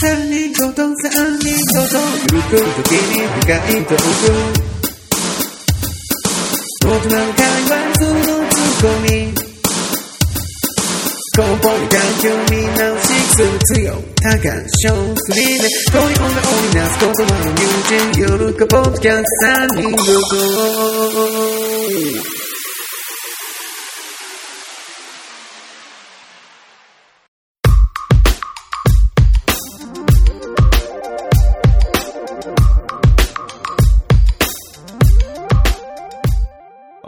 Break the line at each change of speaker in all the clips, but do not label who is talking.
三人ごと三人ごとゆく時に深いトーク僕なんかはそのツッコミ根本環境見直しする強多感症フリーで恋女を織りなす言葉の友人夜かポッドキャスト三人ごと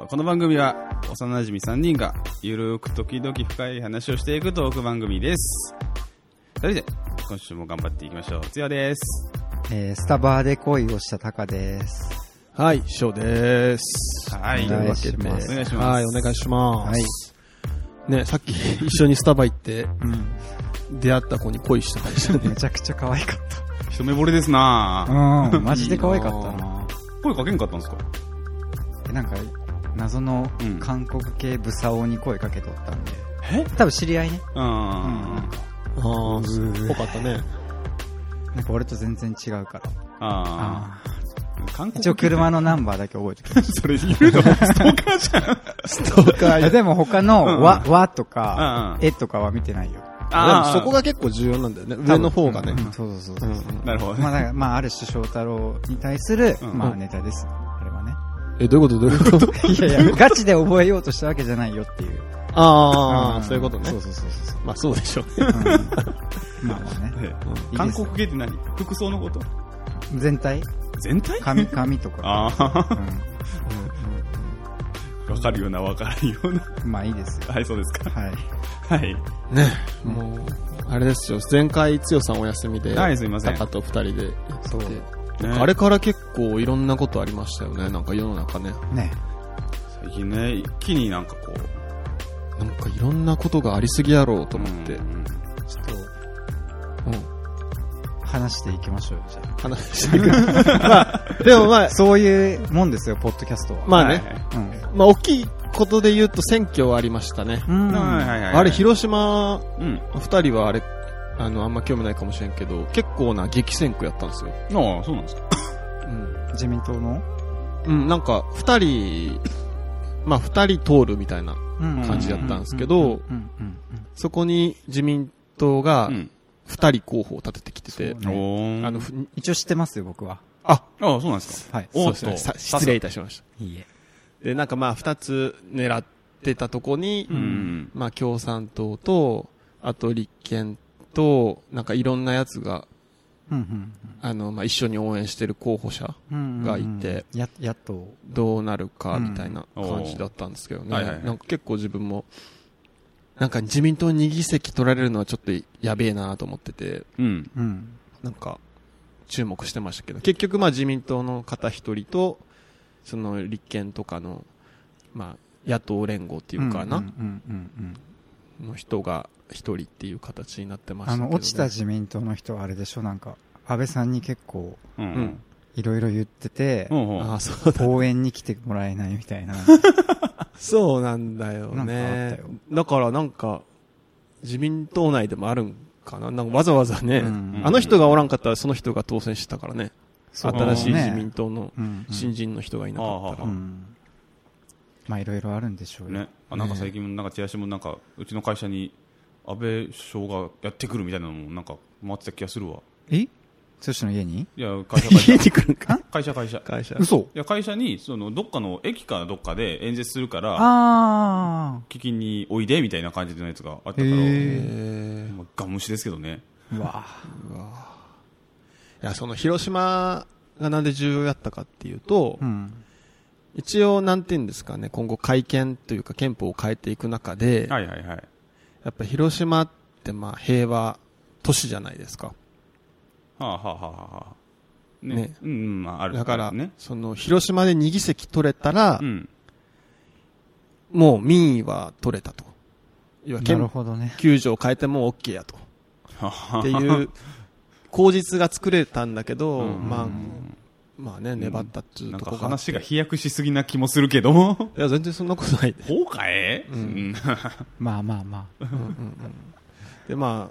この番組は幼馴染3人がゆるく時々深い話をしていくトーク番組ですそれで今週も頑張っていきましょうつやです
えースタバーで恋をしたタカです。
はい、ショーです。
はい
というわけ
お
で。
願いします
お願いします
はい、お願いしま
は
す。はい。ね、さっき 一緒にスタバ行って、出会った子に恋した感じだね。
めちゃくちゃ可愛かっ
一目惚れですな
た。 うん、マジで可愛かったな。
声かけんかったんですか
でなんか、謎の
うん
韓国系ブサオに声かけとったんで。
え
多分知り合いね。
うん
うん
ああ、すっぽかったね。
なんか俺と全然違うから。
あー韓国
一応車のナンバーだけ覚えて くれ
それ言うのストーカーじゃん
ストーカー
いやでも他
うん
の
うん
和、和とか
う、ん
絵とかは見てないよ。
でもそこが結構重要なんだよね。上の方がね
う。んそうそうそうそう。
なるほど
まあだから、まあある種翔太郎に対する、
うん
まあネタです。あれはね。
え、どういうことどういうこと
いやいや、ガチで覚えようとしたわけじゃないよっていう。
あ
ん
あ、そういうことね
そう。そうそうそう。
まあそうでしょうね。
うんまあまあね。
ええ韓国系って何服装のこと
全体
全体
髪、髪とか。
あ
う
あわかるようなわからんような
んまあいいですよ。
はいそうですか
はい。
はい
ね、もう、あれですよ、前回、つよさんお休みで、
はいすいません
タカと二人で行って
そう
ね
あれから結構いろんなことありましたよね、なんか世の中ね。
ね。
最近ね一気になんかこう
なんかいろんなことがありすぎやろうと
と
思
思
っ、
ってて、
ちょっと
うん
話していきましょうよ、じゃ
話して いく。まあ、でもまあ
あ。、そういうもんですよ、ポッドキャストは。
まあ
はい
ね、まあ大きいことで言うと選挙ありましたね。
うん。
はいはいはい
あれ、広島、
うん
二人はあれ、あの、あんま興味ないかもしれんけど、結構な激戦区やったんですよ。
ああそうなんですか
うん。
自民党の
うん、なんか、二人、まあ二人通るみたいな感じだったんですけど、
うんうんうん
そこに自民党が
うん
二人候補を立ててきて
ね
て、
お
あ
あの
の、ふ
一応知ってますよ、僕は。
あ、
ああそうなんですか
はい。
お
そう
っ
で
と
すね。さ失礼いたしました。
いいえ。
で、なんかまあ、二つ狙ってたとこに、
うん
まあ、共産党と、あと立憲と、なんかいろんなやつが、
うん
あの、まあ、一緒に応援してる候補者、
うんうん。
がいて。
や、やっと。
どうなるか、みたいな感じだったんですけどね。
うんおーはいはいはい
なんか結構自分も、なんか自民党に2議席取られるのはちょっとやべえなと思ってて、
うん
うん。
なんか、注目してましたけど、結局まあ自民党の方一人と、その立憲とかの、まあ、野党連合っていうかな、
うんうんうんうん。
の人が一人っていう形になってました
あ
けど、
の、
ね。
落ちた自民党の人はあれでしょ、なんか、安倍さんに結構、
うん
うん
いろいろ言ってて
う、んうん
あ、そうだ。
応援に来てもらえないみた いな。
そうなんだよ
なんかあった
ね
よ。
だからなんか、自民党内でもあるんかな。なんかわざわざね、
うん
あの人がおらんかったらその人が当選してたからね。
そう
新しい
ね
自民党の
うんうん
新人の人がいなかったら。
う
うんまあいろいろあるんでしょうよ。
ねあなんか最近なんかチラシもなんかうちの会社に安倍首相がやってくるみたいなのもなんか回ってた気がするわ
え剛の家 に
いや会社会社
に来るんか
会社会社
会社。
嘘
いや会社にそのどっかの駅かどっかで演説するから
あ
聞きにおいでみたいな感じのやつがあったから、
へ
え
まあ、ガムシですけどね
あ。わ
ーいや、その広島がなんで重要やったかっていうと、
うん。
一応なんて言うんですかね、今後改憲というか憲法を変えていく中で、
はいはいはい
やっぱ広島ってまあ平和都市じゃないですか。
はあはあはあはあはあね
ね
うんうんまあある
だから、
ね
その広島で2議席取れたら、
うん
もう民意は取れたと。要は
なる
憲
ほどね。
9条を変えても OK やと。っていう、口実が作れたんだけど、
うん
まあ、まあね、粘ったっていう
なん
と
か
こが。
話が飛躍しすぎな気もするけども。
いや、全然そんなことない。
ほうかえうん。
まあまあまあ。
で、まあ、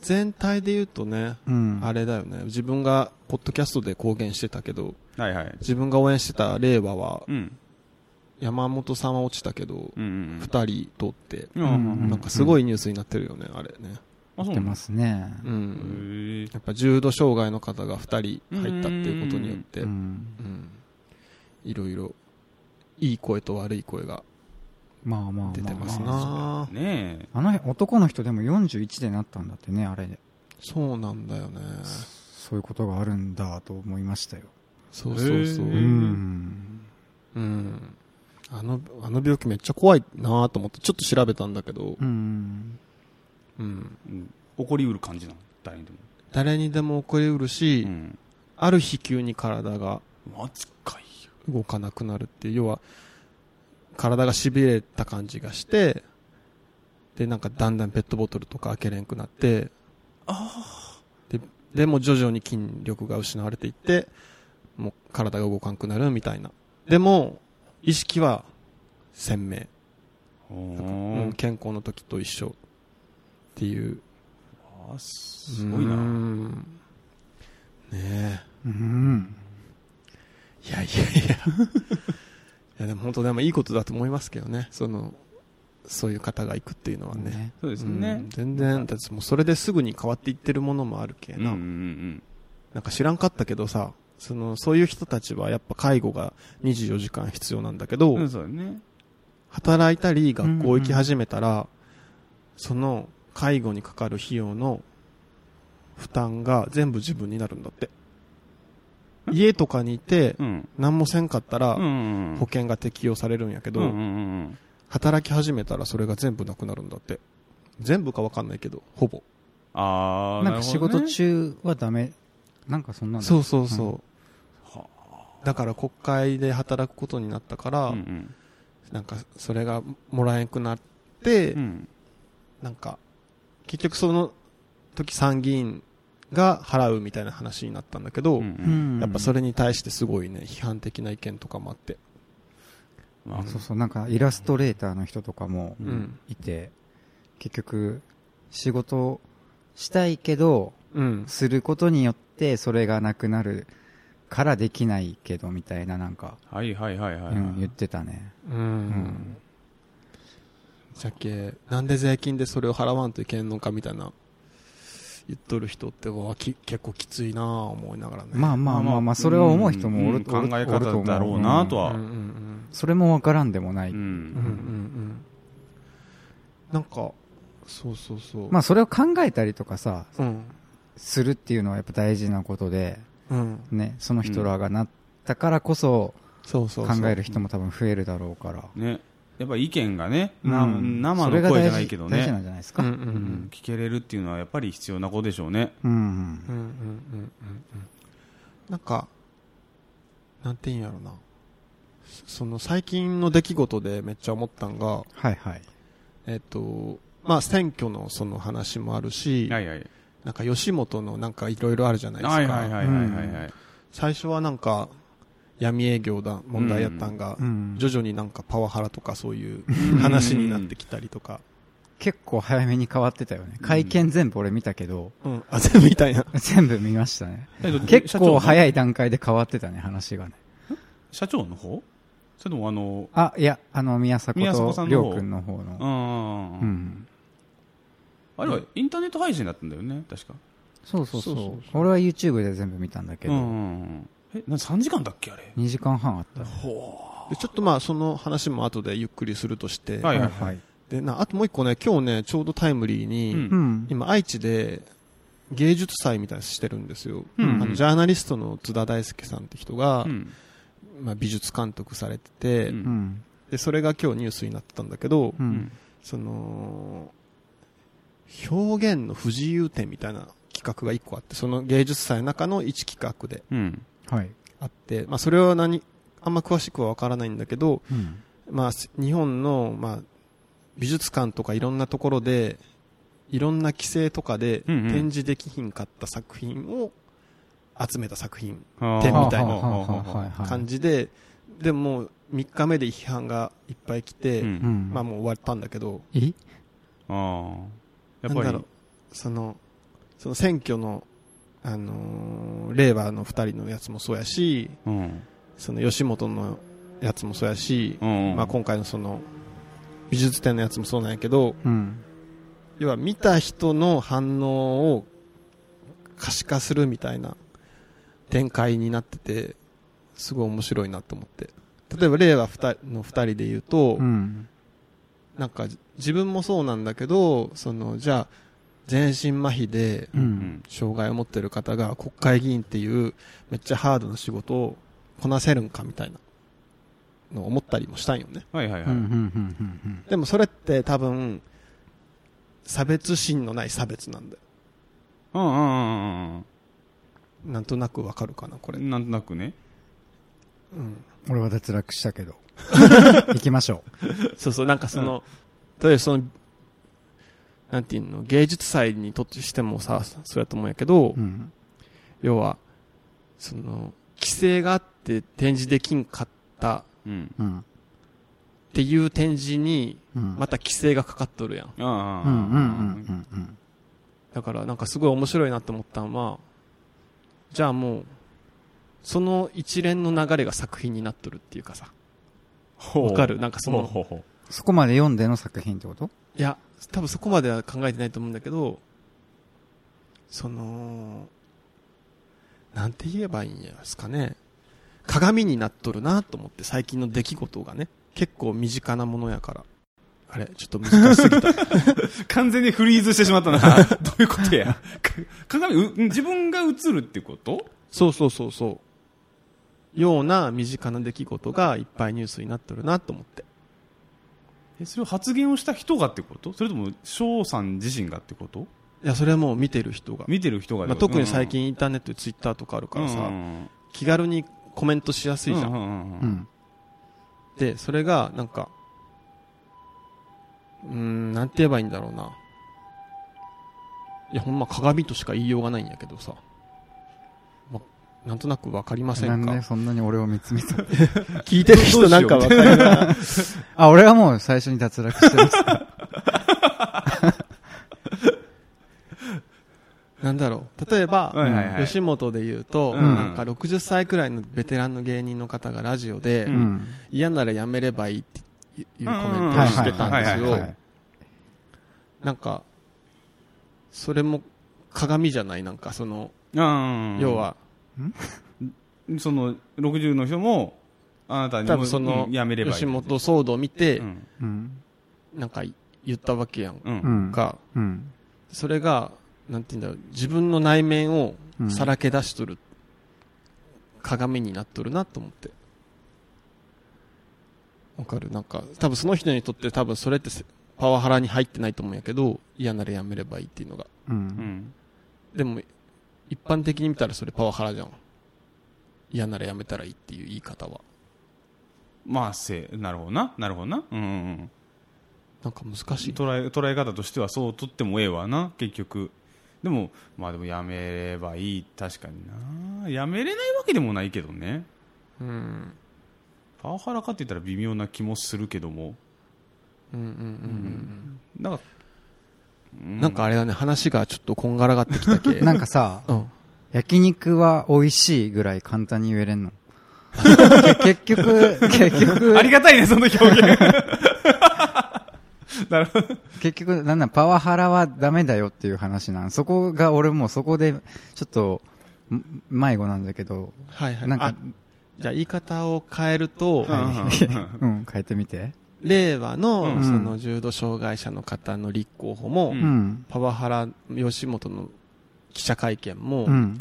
全体で言うとね、
うん。
あれだよね。自分が、ポッドキャストで公言してたけど、
はいはい。
自分が応援してた令和は、
うん。
山本さんは落ちたけど
う、ん
二人通って、
うん。うん。
うん
なんかすごいニュースになってるよね、あれね。
あ、そう
出
なん
ま
だ
すね。
う
へ
ん。
ー
やっぱ重度障害の方が二人入ったっていうことによって、
う
うん。
ん。
いろいろ、いい声と悪い声が
まあまあまあ。
出てます
まあ
な
ねえ。
あの男の人でも41でなったんだってね、あれで。
そうなんだよね。
そういうことがあるんだと思いましたよ。
そうそうそう
へ
う
ー。
ん。
うん。あの、あの病気めっちゃ怖いなと思って、ちょっと調べたんだけど
う、ん。
うん。
うん怒りうる感じなの誰にでも。
誰にでも起こりうるし、
うん。
ある日急に体が
マジかいよ。
動かなくなるっていう、要は、体が痺れた感じがして、で、なんかだんだんペットボトルとか開けれんくなって、で、でも徐々に筋力が失われていって、もう体が動かんくなるみたいな。でも、意識は鮮明。もう健康の時と一緒っていう。
あーすごいう
ー
な。
んね
うん。
え。いやいや いや。いやでも本当でもいいことだと思いますけどね。その、そういう方が行くっていうのはね。
ね
そうですよね
うん。全然、だってもうそれですぐに変わっていってるものもあるけ
うんうんう
な。
ん。
なんか知らんかったけどさ、その、そういう人たちはやっぱ介護が24時間必要なんだけど、
うん、そうだね。
働いたり学校行き始めたら、その介護にかかる費用の負担が全部自分になるんだって。家とかにいて、
うん。
何もせんかった
うんう
ら、
んうん。
保険が適用されるんやけど、
うんうんうんうん。
働き始めたらそれが全部なくなるんだって。全部かわかんないけど、ほぼ。
ああ、
なんか仕事中はダメ。なんかそんなの。
そうそうそう。
は
だから国会で働くことになったから、
あうんうん
なんかそれがもらえんくなって、
うん
なんか、結局その時参議院が払うみたいな話になったんだけど、
うんう
うんん。
やっぱそれに対してすごいね、批判的な意見とかもあって。
まあ
そうそう、なんかイラストレーターの人とかも
う
うんん。
いて、結局、仕事したいけど、
うん。
することによってそれがなくなるからできないけどみたいななんか、
はいはいはいはい。
うん、言ってたね。
うん。
ん
じゃけ、なんで税金でそれを払わんといけんのかみたいな、言っとる人って、わき結構きついなぁ思いながらね。
まあまあまあまあ、それは思う人もお
う
る
ん
とお
考
る
え
おると
方
思
だろうなと
ん
は。
うんうんうん。
それもわからんでもない。
うんうんう
ま
ん。なんか、そうそうそう。
まあそれを考えたりとかさ、
うん。
するっていうのはやっぱ大事なことで、
うん。
ね、その人らがなったからこそ
そうそ
考
うそう。
える人も多分増えるだろうから。
ね。やっぱ意見がね、な
うん
生の声じゃないけど
それが大事大事な
ね。
んじゃないです
う
か。
んう
うんん聞けれるっていうのはやっぱり必要なことでしょうね。
うん。
うん。うんうんうんうんうん。なんか、なんて言うんやろな。その最近の出来事でめっちゃ思ったんが、
はいはい。
えっと、まあ選挙のその話もあるし、
はいはい。
なんか吉本のなんかいろいろあるじゃないですか。
はいはいはいはいはいはい。
最初はなんか闇営業だ、問題やったんが、
うん。
徐々になんかパワハラとかそういう話になってきたりとか。
結構早めに変わってたよね。会見全部俺見たけど、
うん。あ、全部みたいな。
全部見ましたね。
えっと
結構
社長の
早い段階で変わってたね、話がね。
社長の方それともあの、
あ、いや、あの、宮迫
宮迫さ
と
ん
り
の方
ょうくんの方
う
の。
ん
う。ん。
あれはインターネット配信だったんだよね、確か。
そうそう
そうそ
そうう。俺は YouTube で全部見たんだけ
うんう
ど、
んうん。え、な3時間だっけあれ。
2時間半あったね。
でちょっとまあその話も後でゆっくりするとして、
はいはいはい。
い。
でなあともう一個ね、今日ね、ちょうどタイムリーに、
うん
うん。
今、愛知で芸術祭みたいなのしてるんですよ、
うん
あのジャーナリストの津田大介さんって人が、
うん
まあ、美術監督されてて、
うん
うん。
で、それが今日ニュースになってたんだけど、
う
う
んん。
その表現の不自由展みたいな企画が一個あって、その芸術祭の中の一企画で
うん。
はい。
あって、まあ、それは何あんま詳しくはわからないんだけど、
うん。
まあ、す日本の、まあ、美術館とかいろんなところで、いろんな規制とかで
うんうん
展示できひんかった作品を集めた作品、
はあ
手みたいな
はあはあはあはあ
はいはい
感じで、でもう3日目で批判がいっぱい来て、
うん
うん。
まあもう終わったんだけど、
え
ああ。や
な
っ
んだ
ぱ
ろう
り、、
その、その選挙の、あのー令和の二人のやつもそうやし、
うん。
その吉本のやつもそうやし、
うんうん
まあ、今回のその、美術展のやつもそうなんやけど、
うん。
要は見た人の反応を可視化するみたいな展開になってて、すごい面白いなと思って。例えば令和二人の二人で言うと、
うん。
なんか自分もそうなんだけど、その、じゃあ、全身麻痺で
う。。
うん
障害を持ってる方が国会議員っていうめっちゃハードな仕事をこなせるんかみたいなのを思ったりもしたんよね。
はいはいは
う
い。
ん。うん。
でもそれって多分、差別心のない差別なんだよ。
うんうんうんうん
なんとなくわかるかな、こ
う
れ。
ん。なんとなくね。
うん。
俺は脱落したけど。行きましょ
そうそう、なんかその、例えばその、なんていうの、芸術祭にとってしてもさ、そうやと思うんやけど、
う。うん。
要は、その、規制があって展示できんかった
うん。
うん。
っていう展示に、
うん。
また規制がかかっとるやん。
ああ
う。んうんうんうんうん。
だからなんかすごい面白いなと思ったのは、じゃあもう、その一連の流れが作品になっとるっていうかさ、
ほう
わかるなんかそ
ほ
の
うほうほ
そこまで読んでの作品ってこと
いや、多分そこまでは考えてないと思うんだけど、その、なんて言えばいいんですかね。鏡になっとるなと思って、最近の出来事がね、結構身近なものやから。あれ、ちょっと難しすぎた。
う完全にフリーズしてしまった な。どういうことや。か鏡、う自分が映るってこと
そうそうそうそう。ような身近な出来事がいっぱいニュースになっとるなと思って。
え、それを発言をした人がってことそれとも、翔さん自身がってこと
いや、それはもう見てる人が。
見てる人がって
まあ、
こと
特に最近インターネット、ツイッターとかあるからさ、
うん
気軽にコメントしやすいじゃん
う。ん
う
うん
ん。
で、それが、なんか、うーん、なんて言えばいいんだろうな。いや、ほんま鏡としか言いようがないんやけどさ。ま、なんとなくわかりませ
なんん
か
で。そんなに俺を見つめた
聞いてる人なんかわかるな。
あ、俺はもう最初に脱落してます。
なんだろう。例えば、
はいはいはい
吉本で言うと、
うん
なんか60歳くらいのベテランの芸人の方がラジオで、
う
うん。
嫌ならやめればいいっていうコメント
う
を
ん
してたんです
はいはいは
よ。なんか、それも鏡じゃないなんかその、
うんうん
要、は、
その、60の人も、あなたに
多
も
分その、
うんやめればいい。
吉本騒動を見て
う、ん。
うん。
なんか言ったわけやん
う。
うんん。
か、
うん。
それが、なんて言うんだろう、自分の内面を
うん
さらけ出しとる、鏡になっとるなと思って。わかるなんか、多分その人にとって多分それってせパワハラに入ってないと思うんやけど、嫌ならやめればいいっていうのが。
う
う。
んん。
でも、一般的に見たらそれパワハラじゃん。嫌ならやめたらいいっていう言い方は。
まあ、せ、なるほどな。なるほどな。うんうんうん。
なんか難しい。
捉え捉え方としてはそう取ってもええわな結局でもまあでもやめればいい確かになやめれないわけでもないけどね
うん。
パワハラかって言ったら微妙な気もするけども
うんうんうんうん。
なんか、う
なんかあれだね、話がちょっとこんがらがってきたけ。
なんかさ、
うん。
焼肉は美味しいぐらい簡単に言えれん の。け結局、結局、
ありがたいねその表 現なるほど
結局、なんなん、パワハラはダメだよっていう話なん。そこが、俺もうそこで、ちょっと、ん迷子なんだけど、
はいはい。
なんか
あ、じゃあ言い方を変えると、
うん、変えてみて。
令和の、
うん
その重度障害者の方の立候補も、
うん
うん。
パワハラ吉本の記者会見も、
うん。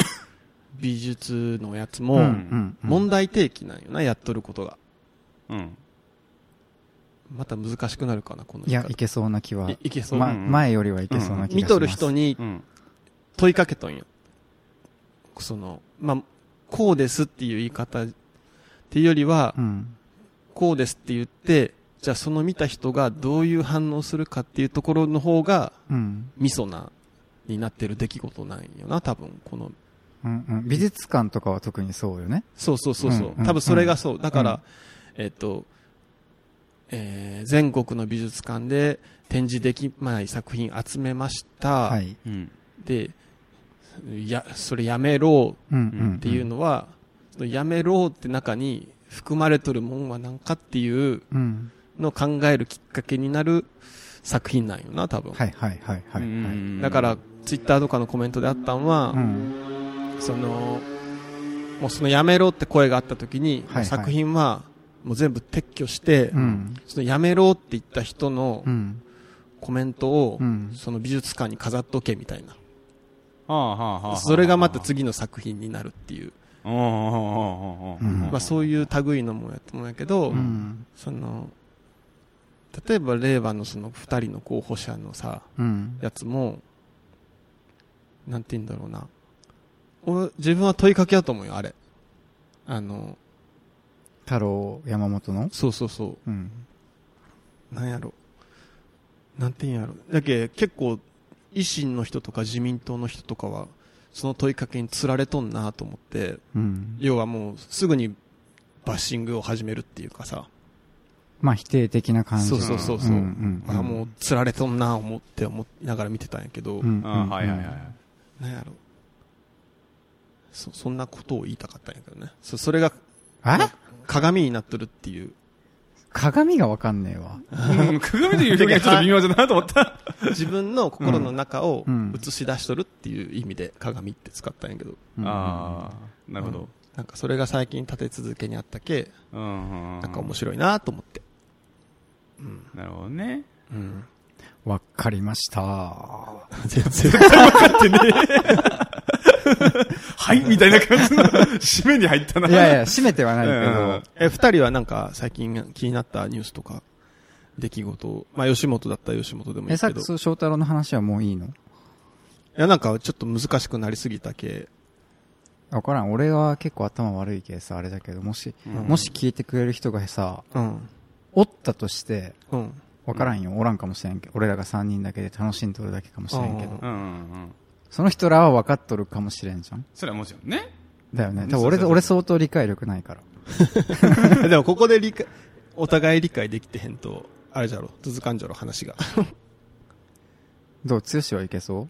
美術のやつ
う
も、
ん。うん。
問題提起なんよな、やっとることが。
うん
また難しくなるかな、この
い
言い
や
方、
いけそうな気は。
いいけそう。
ま、
うん
前よりはいけそうな気がします。
見とる人に
うん
問いかけとんよ。その、まあ、こうですっていう言い方っていうよりは、
うん。
こうですって言って、じゃあその見た人がどういう反応するかっていうところの方が、
うん。
ミソな、になってる出来事なんよな、多分、この。
うん。うん。美術館とかは特にそうよね。
そうそうそうそう
う。んうん
多分それがそう。だから、
うん
えっと、えー全国の美術館で展示できない作品集めました。
はい。
うん
で、いや、それやめろ
うん
うん
っていうのは、そのやめろって中に含まれとるもんは何かっていう
うん
のを考えるきっかけになる作品なんよな、多分。
はいはいはいはいはい
だから、ツイッターとかのコメントであったんは、
うん
その、もうそのやめろって声があった時に、
はいはい
作品はもう全部撤去して、
うん
そのやめろって言った人の
うん
コメントを、
うん
その美術館に飾っとけみたいな。
はあはあはあはあ
それがまた次の作品になるっていう。
うんうんうんうんうんうん
まあそういう類のもんやと思うんやけど、
うん
その、例えば令和のその二人の候補者のさ、
うん
やつも、なんて言うんだろうな。俺、自分は問いかけだと思うよ、あれ。あの、
太郎山本の
そうそうそ
うん
う。なんやろ。なんて言うんやろ。だけ結構、維新の人とか自民党の人とかは、その問いかけに釣られとんなと思って、
うん
要はもうすぐにバッシングを始めるっていうかさ、
まあ否定的な感じ
そうそうそうそう
うんうん
あもう釣られとんな思って思いながら見てたんやけど、
うん
あーはいはいはい
なんやろ。そ、そんなことを言いたかったんやけどね。そ、それが
あ
鏡になっとるっていう。
鏡がわかんねえわ
うん鏡という表現はちょっと微妙だなと思った。
自分の心の中を
うん
映し出しとるっていう意味で鏡って使ったんやけど。
ああ、なるほど。
なんかそれが最近立て続けにあったけ、
うん。
なんか面
白
白いなと思って。
い。なるほどね。
うん。
わかりました
全然。
はいみたいな感じの締めに入ったな。
いやいや閉めてはないけ
うんうんうん
ど
え、二人はなんか最近気になったニュースとか、出来事をまあ吉本だったら吉本でもい
え
い
さ
け
っ
ど。
き
い
そう翔太郎の話はもういいの
や、なんかちょっと難しくなりすぎたけ。
わからん俺は結構頭悪いけさあれだけどもし
うん
もし聞いてくれる人がさ
うん。
おったとして
うん。
わからんよ、おらんかもしれんけど俺らが3人だけで楽しんどるだけかもしれんけ
うん
ど
うんうんうん。
その人らは分かっとるかもしれんじゃん
それはもちろんね。
だよね
うん
多分俺
そうそうそう
俺相当理解力ないから
でもここで理解、お互い理解できてへんと、あれじゃろ、続かんじゃろ、話が。
どう剛はいけそう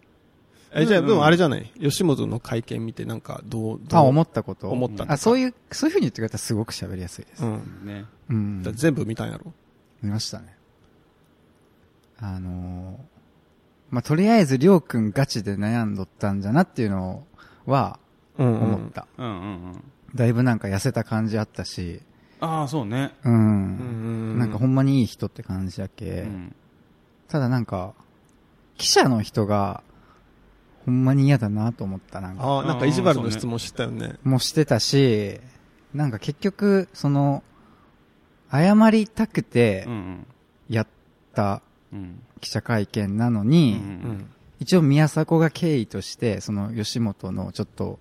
え、じゃあ、
うん
でもあれじゃない吉本の会見見て、なんか、どう、どう。
あ思ったこと
思った
あそういうそういうふうに言ってくれたらすごく喋りやすいです
うん。
ね。
うん
だ全部見たんやろ
見ましたねあのーまあとりあえずりょうくんガチで悩んどったんじゃなっていうのは
うん
思った、
うんうんうん。
だいぶなんか痩せた感じあったし
ああ、そうね。
う、
うんん。
なんかほんまにいい人って感じやけ、
うん
ただなんか、記者の人が、ほんまに嫌だなと思った、なんか。
ああ、なんか意地悪の質問してたよね。
もうしてたし、なんか結局、その、謝りたくて
う、ん
やった
うん。うん
記者会見なの
う。
に、
うんん。
一応宮迫が経緯として、その吉本のちょっと、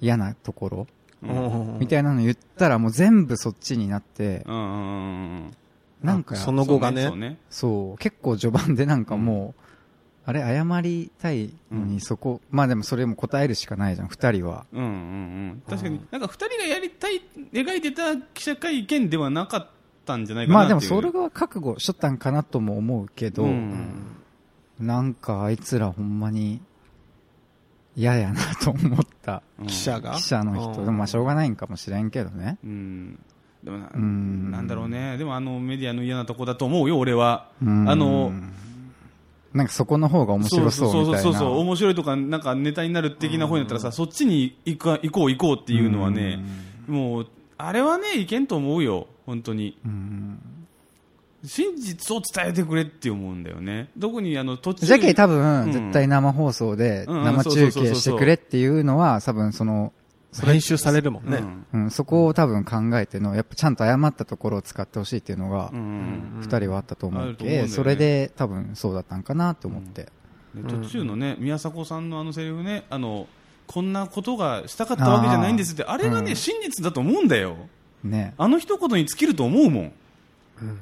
嫌なところ、
う
うんん
みたいなの言ったらもう全部そっちになって、
うんうんうん。
なんか、
その後がね
そう。ね。
そう、結構序盤でなんかもう、あれ、謝りたいの
うん
にそこ、まあでもそれも答えるしかないじゃん、二人は。
うんうんうん。確かに、なんか二人がやりたい、描いてた記者会見ではなかったんじゃないかな
ま
っ
あ
てい
で
う。
もそれが覚悟しとったんかなとも思うけど、
うん
なんかあいつらほんまに嫌やなと思った。
うん
記者が
記者の人、
うん
でもまあしょうがないんかもしれんけどね。
うん。でもな、
うん
なんだろうね。でもあのメディアの嫌なとこだと思うよ、俺は。
うん
あの、
なんかそこの方が面白そうみたいな。
そうそうそうそう面白いとかなんかネタになる的な方になったらさ、そっちに行く行こう行こうっていうのはね、もうあれはねいけんと思うよ本当に
うん
真実を伝えてくれって思うんだよね特にあの途中
じゃけ多
うん
分、絶対生放送で、
うんうん
生中継してくれっていうのは、多分その、
編集されるもん
ね
ね。
うん、そこを多分考えての、やっぱちゃんと謝ったところを使ってほしいっていうのが
うん、うん
ん
二人はあったと思う
あると思うんだ
け、
よね
それで多分そうだったんかなと思って。
で
うん
途中のね宮迫さんのあのセリフねあのこんなことがしたかったわけじゃないんですってあれがね、
うん
真実だと思うんだよ
ね。
あの一言に尽きると思うもん
うん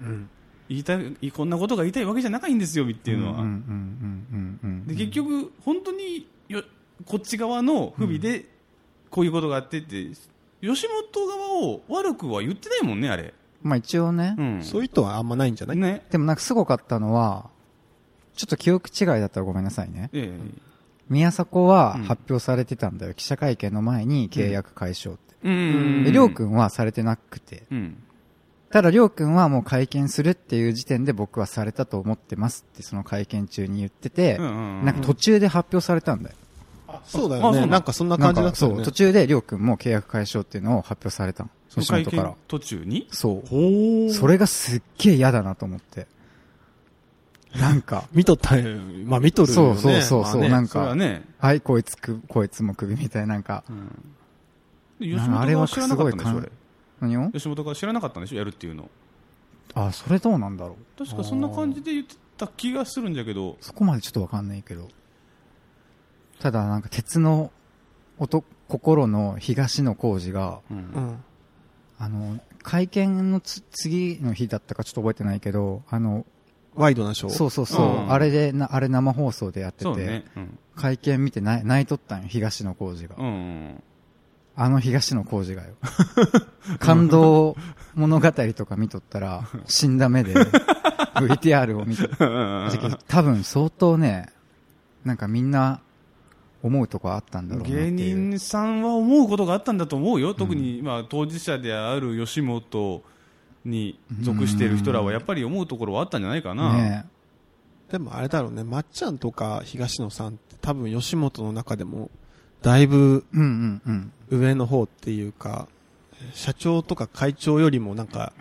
うん
言いたいこんなことが言いたいわけじゃないんですよっていうのは、
うんうんうんうんうん。
で結局、本当によこっち側の不備でこういうことがあってって、吉本側を悪くは言ってないもんね、あれ。
まあ一応ね
う、ん、
そういう人はあんまないんじゃない
ね。
でもなんかすごかったのは、ちょっと記憶違いだったらごめんなさいね。
ええ
宮迫は
うん
発表されてたんだよ。記者会見の前に契約解消って。
うん
で、りょうくんはされてなくて。
うん。
ただ、りょうくんはもう会見するっていう時点で僕はされたと思ってますって、その会見中に言ってて、
うんうんうん
なんか途中で発表されたんだよ。
そうだ
あ
よ
そうな
ね。
の
なんかそんな感じだ
な
っ
んか
た
そ
よ
う、
ね
途。中でりょうくんも契約解消っていうのを発表されたの。吉
会
本から
見。途中に
そ
ほ
う。
ー、
それがすっげえ嫌だなと思って。なんか
見とったんやまあ見とるよね。
そうそうそう
まあね
なんか
それはね。
はい、こいつく、こいつも首みたいな、なんか、
うん。
ん
吉
か
本
あれ
が
は
知らなかったんでしょ、
す
あ
ごい
れ。
何を
吉本が知らなかったんでしょ、やるっていうの。
あ、それどうなんだろう。
確かそんな感じで言ってた気がするんじゃけど。
そこまでちょっとわかんないけど。ただ、なんか、鉄の男、心の東野幸治が、
う。
うんん。
あの、会見のつ次の日だったかちょっと覚えてないけど、あの、
ワイドなショー。。
そううそうそう、
うん
あれでな、あれ生放送でやって
そう
て、
ね。うん。
会見見て泣い泣いとったんよ、東野幸治が。
うんうん。
あの東野幸治がよ。 感動物語とか見とった ら、死んだ目で VTR を見て、多分相当ね、なんかみんな思うとこあったんだろうなってい
芸
う。
人さんは思うことがあったんだと思うよ、特に、まあ、当事者である吉本に属している人らはやっぱり思うところはあったんじゃないかな、
ね
でもあれだろうね、まっちゃんとか東野さんって多分吉本の中でも、だいぶ
え。うんうんうん。
上の方っていうか、社長とか会長よりもなんか、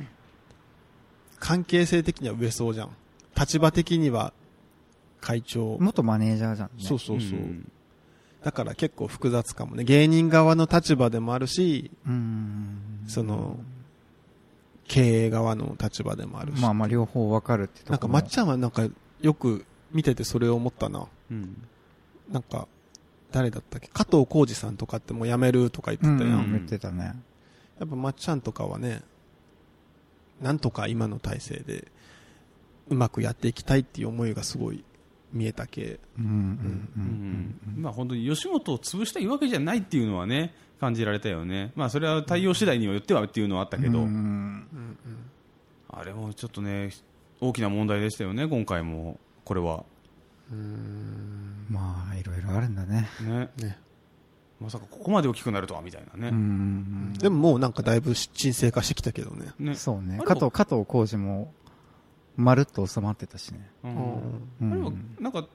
関係性的には上そうじゃん。立場的には会長。
元マネージャーじゃん、ね。
そうそうそう。
ん
だから結構複雑かもね。芸人側の立場でもあるし、
うん。
その、経営側の立場でもあるし。
まあまあ両方わかるってとこ
なんかまっち
ゃ
ゃんはなんかよく見ててそれを思ったな。
うん
なんか、誰だったっけ加藤浩二さんとかってもう辞めるとか言ってた
うん
やん。
うん、言ってたね。
やっぱまっちゃんとかはね、なんとか今の体制で、うまくやっていきたいっていう思いがすごい見えたけ。
うんうんう
うんんまあ、本当に吉本を潰したいわけじゃないっていうのはね、感じられたよね、まあ、それは対応次第によってはっていうのはあった
うん。
けど、
うん
うんうん。
あれもちょっとね、大きな問題でしたよね、今回も、これは。
うん。
まあいろいろあるんだね。
ね、
ね。
まさかここまで大きくなるとはみたいな
うんう
ね。
ん
でももうなんかだいぶ沈静化してきたけどね。
う
ね
ん。そうね
あ。れ
加
も
藤、加藤浩二も、まるっと収まってたしね。
う
うん
う
あれは
ん。
なんか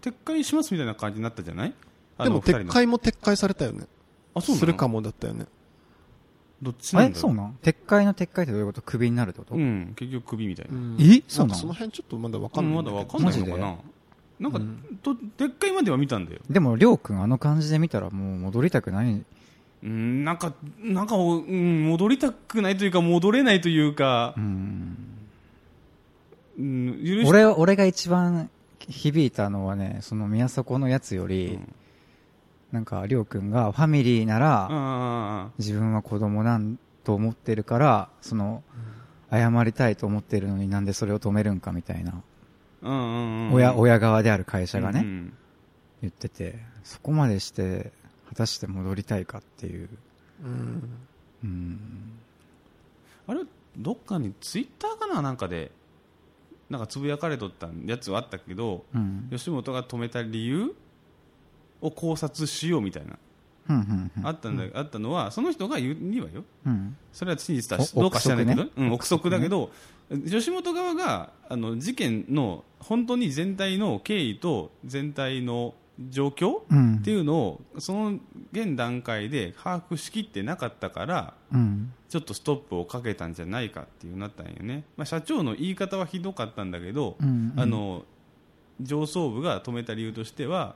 撤回しますみたいな感じになったじゃないあ
で
の
も
二人の
撤回も撤回されたよね。
あそうなの
するかもだったよね。
どっちなんだろ
え、そうなん撤回の撤回ってどういうことクビになるってこと
うん結局クビみたいな、
えそうなの
んかその辺ちょっとまだわか
うんん、
ない
ま
んだ
だ
けど。
わかんないのか
マ
ななんか、
うん
とでっかいまでは見たんだよ
でも、りょうくんあの感じで見たらもう戻りたくない。
うんなんかなんか、うん、戻りたくないというか戻れないというか
う、ん。
うん、許し
俺は、俺が一番響いたのはね、その宮迫のやつより、
うん
なんか、りょうくんがファミリーなら、
あ
自分は子供なんと思ってるから、その、謝りたいと思ってるのになんでそれを止めるんかみたいな、
あうんうんうん
親、親側である会社がね、
うん
言ってて、そこまでして、果たして戻りたいかっていう、
うん。
うん、
あれどっかにツイッターかななんかでなんかつぶやかれとったやつはあったけど
うん、
吉本が止めた理由を考察しようみたいな
うん、うん、うん
あったんだ、あったのは、その人が言うにはよ、
うん、
それは真実だし、
お
どうか知らないけど、
憶
うん、憶測だけど、吉本側があの事件の本当に全体の経緯と全体の状況
うん、
っていうのを、その現段階で把握しきってなかったから、
うん、
ちょっとストップをかけたんじゃないかっていうなったんよね、まあ、社長の言い方はひどかったんだけど、
うんうん
あの上層部が止めた理由としては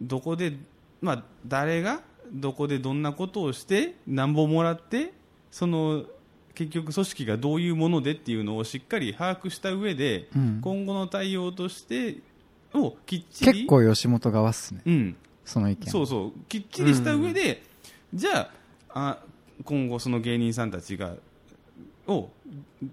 どこで、まあ、誰がどこでどんなことをしてなんぼもらってその結局組織がどういうものでっていうのをしっかり把握した上で、
うん
今後の対応としてをきっちり
結構吉本側っすね、
うん、
その意見。
そうそうきっちりした上で、じゃああ今後その芸人さんたちがを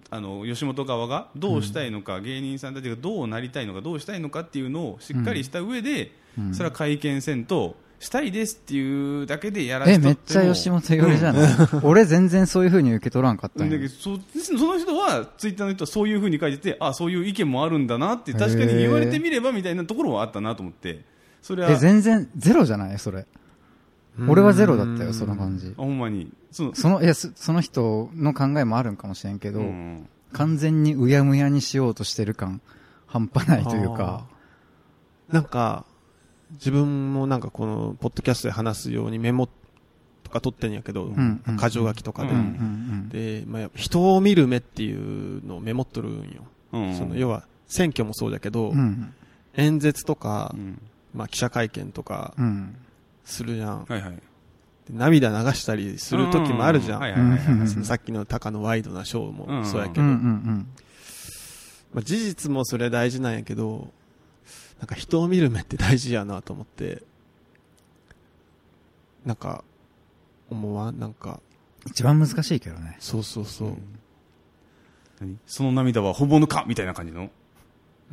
あの吉本側がどうしたいのか、芸人さんたちがどうなりたいのかどうしたいのかっていうのをしっかりした上で、
うん
それは会見せんとしたいですっていうだけでやら
え、
と
めっちゃ吉本寄りじゃない、俺全然そういう風に受け取らんかった
だ
ん
け
や
どそその人はツイッターの人はそういうふうに書いててあそういう意見もあるんだなって確かに言われてみればみたいなところはあったなと思ってそれは
え、全然、ゼロじゃないそれ。俺はゼロだったよ、その感じ
あ。ほんまにその
その、いや、そその人の考えもあるんかもしれんけど、
うん
完全にうやむやにしようとしてる感、半端ないというか、
なんか、自分もなんかこの、ポッドキャストで話すようにメモとか取ってんやけど、
んうん
箇条書きとか
う
で。
うんうん
で、まあ、やっぱ人を見る目っていうのをメモっとるんよ。
うん
その要は、選挙もそうだけど、
うん。うん。
演説とか
う、ん
まあ、記者会見とか
うん。
するじゃん。
はいはい
で涙流したりする時もあるじゃん。
うはいはいはいはい
うん
そのさっきの高のワイドなショー
うんう
も
ん
そうやけ
う
ど、
んうん
まあ、事実もそれ大事なんやけど、なんか人を見る目って大事やなと思って、なんか、思わんなんか、
一番難しいけどね。
そうそうそう。う
何その涙は本物かみたいな感じの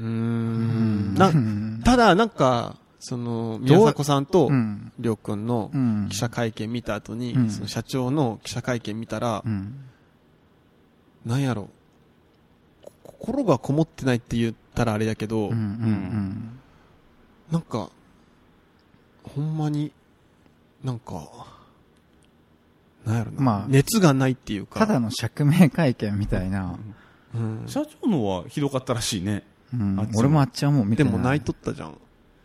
ーん。
うん
ん
う
な、
ん
ただなんか、その、宮迫さんと
う、ん。
りょうくんの
うん。
記者会見見た後に、
うん
その社長の記者会見見たら
う、ん。
なんやろ、こ心がこもってないって言ったらあれやけど、
うんうんうん。
なんか、ほんまに、なんか、なんやろな、
まあ
熱がないっていうか、
ただの釈明会見みたいな。
うん、
社長のはひどかったらしいね
うん
あっちも
俺もあっちはもう見て
で
ない。
も泣いとったじゃん。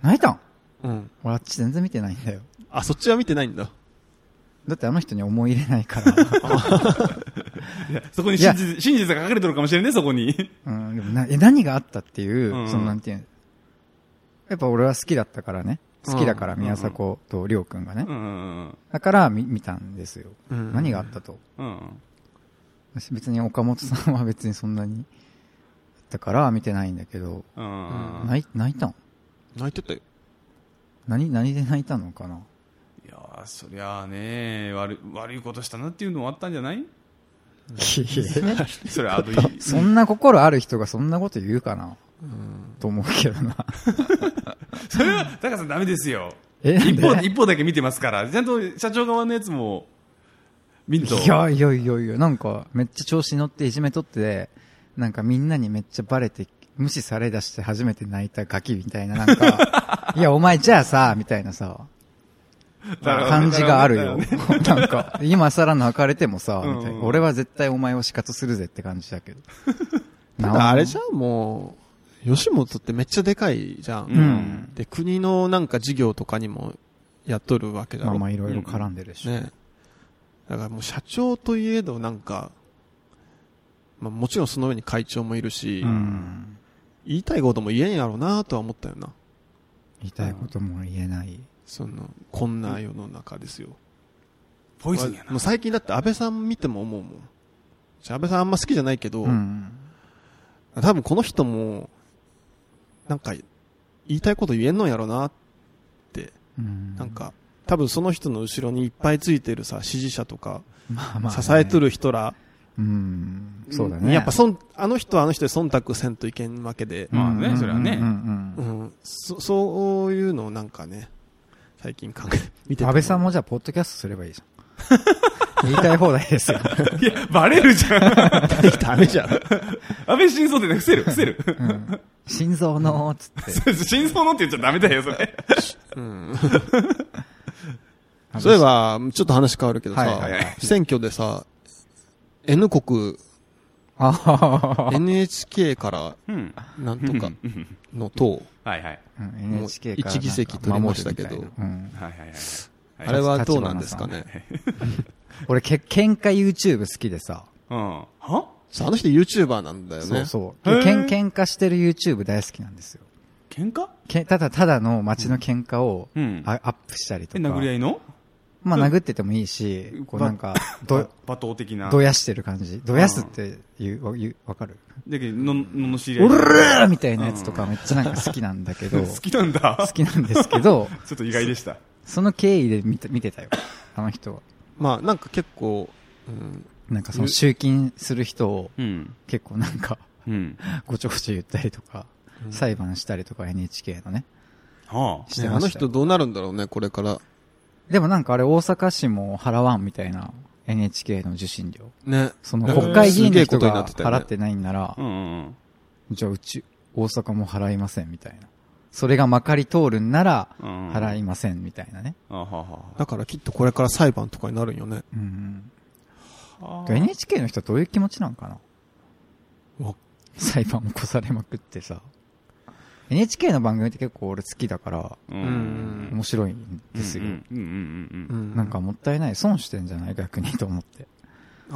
泣いたん
うん。
俺あっち全然見てないんだよ。
あ、そっちは見てないんだ。
だってあの人に思い入れないから。
そこに
いや
真実真実が書かれてるかもしれんねそこに
うん、でもなえ何があったっていう、
うん
そのなんていうのやっぱ俺は好きだったからね。好きだから、
うん
宮迫とりょうくんがね。
うんうん
だから見見たんですよ。
うん
何があったと。
うんうん
私別に岡本さんは別にそんなに、だから見てないんだけど、
うんうん
泣い泣いたん
泣いてたよ。
何、何で泣いたの かない
やーそりゃあね悪い悪いことしたなっていうのもあったんじゃないそれあとい
そんな心ある人がそんなこと言うかなと思うけ どな。
それは 高さんダメですよ
えなん
一
で
方一方だけ見てますからちゃんと社長側のやつも見ると
いやいやいやいや、なんかめっちゃ調子に乗っていじめとって、なんかみんなにめっちゃバレて、無視されだして初めて泣いたガキみたいな、なん か、いやお前じゃあさ、みたいなさ、
なるほど
感じがあるよ。
なるほど
なんか、今更泣かれてもさ、みたい
うん
な。俺は絶対お前を仕方するぜって感じだけ ど。
ただあれじゃん、もう、吉本ってめっちゃでかいじゃん。
うん
で、国のなんか事業とかにもやっとるわけだ
まあ
ろ。
まあいろいろ絡んでるでしょ。
ね。だからもう社長といえどなんか、まあもちろんその上に会長もいるし、
うん。
言いたいことも言えんやろうなとは思ったよな。
言いたいことも言えない。
その、こんな世の中ですよ。
ポイズンやな
もう最近だって安倍さん見ても思うもん。私安倍さんあんま好きじゃないけど、
うん。
多分この人も、なんか、言いたいこと言えんのやろうなって、
うん
なんか、多分その人の後ろにいっぱいついてるさ、支持者とか、
まあまあね
支えとる人ら、
うん。そうだね。
やっぱそん、あの人はあの人で忖度せんといけんわけで、
まあね
うん
それはね
うんうん
う
うん
ん、そ、そういうのをなんかね、最近考え、見てて
安倍さんもじゃあ、ポッドキャストすればいいじゃん。言いたい放題ですよ。
いやバレるじゃん
ダメじゃん。
安倍真相ってね伏せる伏せる
心臓の、つって。
真相のって言っちゃダメだよそれ
そういえば、ちょっと話変わるけどさ、
はいはい
はい
選挙でさ、N 国、
あははは
NHK から、
うん
なんとかの党、
はいはい
うん NHK から
一議席取りましたけど
守るみたいなうん
はいはいはいはい
あれはどうなんですかね。
俺、け喧嘩 YouTube 好きでさ。
うんは
そうあの人 YouTuber なんだよね。
そうそう。
へー
けん喧嘩してる YouTube 大好きなんですよ。
喧嘩
けただ、ただの街の喧嘩を、
うん
あアップしたりと
え
か。
殴り合いの
まあ、殴っててもいいし、こうなんか、ど、
罵倒的な
どやしてる感じ。どやすって言う、わ言うわかる
だけどのののしり合
お
い
らーみたいなやつとかめっちゃなんか好きなんだけど、
好きなんだ
好きなんですけど、
ちょっと意外でした
その経緯で見て見てたよ。あの人は。
まあ、なんか結構、うん、
なんかその集金する人を
うん
結構なんか
うん
ごちょごちょ言ったりとか、裁判したりとか NHK のね、
はあ
して
ね
ま
あの
した
人
よ。
どうなるんだろうね、これから。
でもなんかあれ大阪市も払わんみたいな NHK の受信料。
ね。
その
なんか
国会議員の人
すげえことに
が
なってたよね
払ってないんなら
う、んうんうん
じゃあうち大阪も払いませんみたいな。それがまかり通るんなら
うん
払いませんみたいなね。
あはは
だからきっとこれから裁判とかになるんよね。
うん
は
うん、NHK の人はどういう気持ちなんかな
わ
裁判起こされまくってさ。NHK の番組って結構俺好きだから
う
うん
面白いんですよ。
うんうんうん
う
うん
ん。
なんかもったいない。損してんじゃない逆にと思って。
あ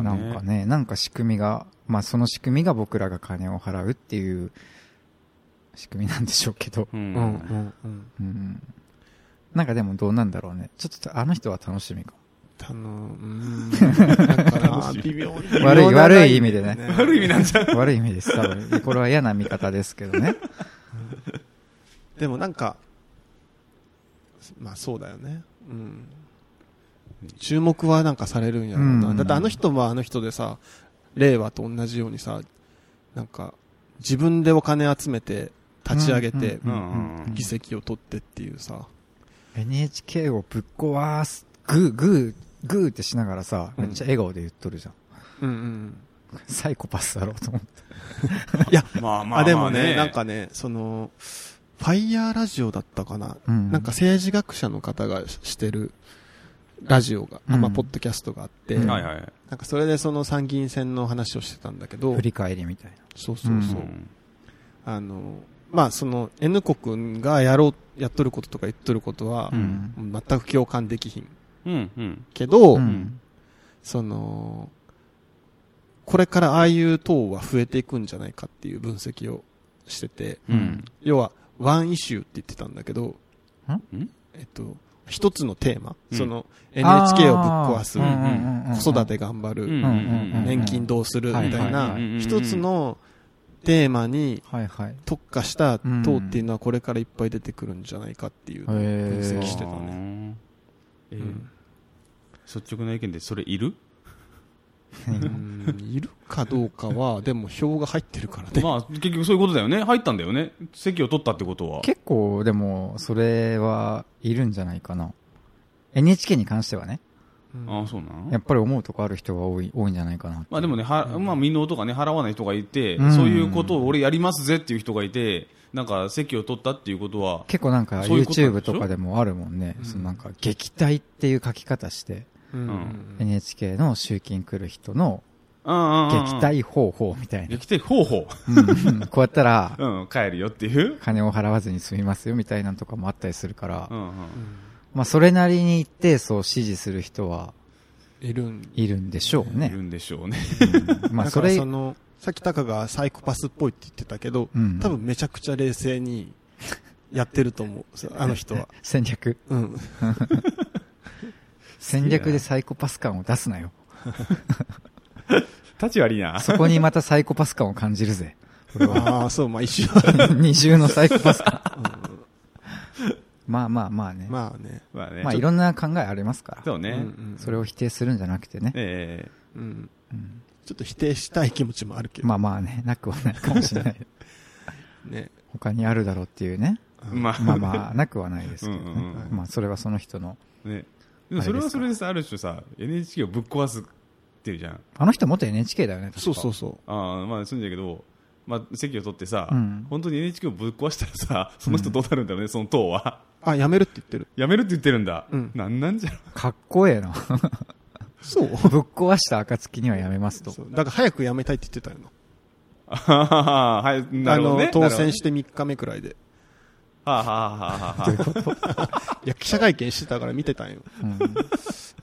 まあね
なんかね、なんか仕組みが、まあその仕組みが僕らが金を払うっていう仕組みなんでしょうけど。
う
うんんうんうん。
うん。なんかでもどうなんだろうね。ちょっとあの人は楽しみかも。
あ の、うん。だから、微妙に。
悪い悪い意味でね
悪い意味なんじゃん
悪い意味です。多分。これは嫌な見方ですけどね。
でもなんか、まあそうだよね。うん。注目はなんかされるんやろうな。
うん
だってあの人はあの人でさ、令和と同じようにさ、なんか、自分でお金集めて、立ち上げて
う、んうんうん
議席を取ってっていうさ。
NHK をぶっ壊す、グー、グー、グーってしながらさ、めっちゃ笑顔で言っとるじゃん。
うんうん。
サイコパスだろうと思って。
いや、
まあまあま
あ、
あ
でもね、なんかね、その、ファイヤーラジオだったかな。
うん
なんか政治学者の方がししてるラジオが、あま
う
あ、
ん
ポッドキャストがあって、
うん
はいはい
なんかそれでその参議院選の話をしてたんだけど
振、り返りみたいな。
そうそうそう。
ん
あの、まあその N 国がやろう、やっとることとか言っとることは、
ん
全く共感できひん
うんうん
けど、
うん
その、これからああいう党は増えていくんじゃないかっていう分析をしてて、
うん
要は、ワンイシューって言ってたんだけど、
うん
えっと、一つのテーマ、
うん
その NHK をぶっ壊す、
あー
子育。て頑張る、
うんうん
年金どうするみたい
はい
な
はい
はい、
一つのテーマに
はいはい。
特化した党っていうのはこれからいっぱい出てくるんじゃないかっていう。
分
分析
し
してて
た
た
ねえ
う
ー
ん
率直な意見でそれいる
うんいるかどうかは、でも票が入ってるからね。
まあ結局そういうことだよね入ったんだよね席を取ったってことは
結構でも、それはいるんじゃないかな。NHK に関してはね、
ああそうなん
やっぱり思うとこある人は多い、多いんじゃないかな。
まあでもね、はまあ、民納とかね、払わない人がいて、
うん
そういうことを俺やりますぜっていう人がいて、なんか席を取ったっていうことは、
結構なんか
そういうことなんで
YouTube
しょ
とかでもあるもんね。そのなんか撃退っていう書き方して、
うん
う
NHK の集金来る人の撃
撃。
退方法みたいな。
撃退方法。
うんこうやったら、
うん、帰るよっていう。
金を払わずに済みますよみたいなのとかもあったりするから
う、んうん
まあそれなりに一定層支持する人はい
るん
いるんでしょう
い
ね
る。んでしょうね。
うんまあ
だ
そ
から
れ、
その、さっきタカがサイコパスっぽいって言ってたけど、
うん
多分めちゃくちゃ冷静 にやってると思う、そうあの人は。
戦略。
うん。
戦略でサイコパス感を出すなよ。
立ち悪いな。
そこにまたサイコパス感を感じるぜ。
ああ、 そう、まあ一緒。
二重のサイコパス感。まあまあまあね。ま
まあね。
まあね。
あいろんな考えありますから。
そうね。
うんうん
それを否定するんじゃなくてね。
え
うんちょっと否定したい気持ちもあるけど。
まあまあね、なくはないかもしれない。
ね。
他にあるだろうっていうね。
えまあ
まあまあ、なくはないですけど
うんうん
ね
う。ん
まあそれはその人の。
ね。でもそれはそれでさ、ある種さ、NHK をぶっ壊すっていうじゃん。
あの人元 NHK だよね。確か
そうそうそ
ああ、まあ、そういうんだけど、まあ、席を取ってさ、
うん
本当に NHK をぶっ壊したらさ、その人どうなるんだろうね、その党は。
う。あ、やめるって言ってる。
やめるって言ってるんだ。
うん
なんなんじゃろ
かっこええな。
そう
ぶっ壊した暁にはやめますと
そ。うだから早くやめたいって言ってたよな。
あはは ははい、な
あ
るほどね
の、。当選して3日目くらいで。
なるほど。はあ、はあはあはあ、
いや、記者会見してたから見てたんよ。
うん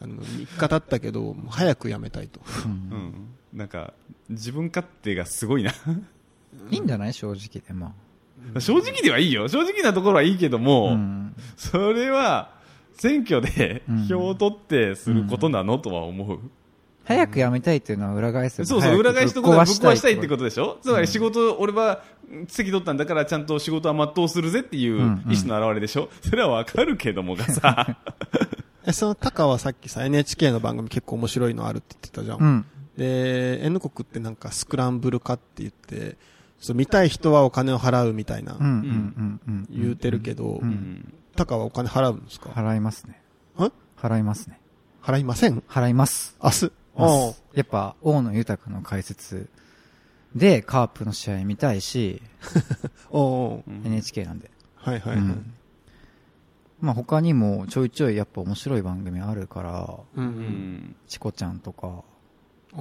あの、3日経ったけど、もう早くやめたいと。
うん。なんか、自分勝手がすごいな。
いいんじゃない正直で。ま
正直ではいいよ。正直なところはいいけど
あ。
も、
うん
それは、選挙で
うん
票を取ってすることなのとは思う。
早くやめたいっていうのは裏返せば
そうそう、裏返しとこ
ぶ
とは
っ
ぶっ壊したいってこととでしょつまり仕事、俺は席取ったんだからちゃんと仕事は全うするぜっていう意
んうん
思の表れでしょ それはわかるけどもがさ、
え、そのタカはさっきさ、NHK の番組結構面白いのあるって言ってたじゃん。
うん。
で、N 国ってなんかスクランブル化って言って、そう見たい人はお金を払うみたい
うんう
な、
んうんうん。
言うてるけど、
うん
タカはお金払うんですか
払いますね。
ん
払いますね。
払いません
払います。
明日。
ま
おう
すやっぱ、大野豊の解説で、カープの試合見たいし、
おお
う、ん
NHK なんで。
はいはいはい。
うんまあ他にもちょいちょいやっぱ面白い番組あるから、
う
うんん
チコちゃんとか、
うん。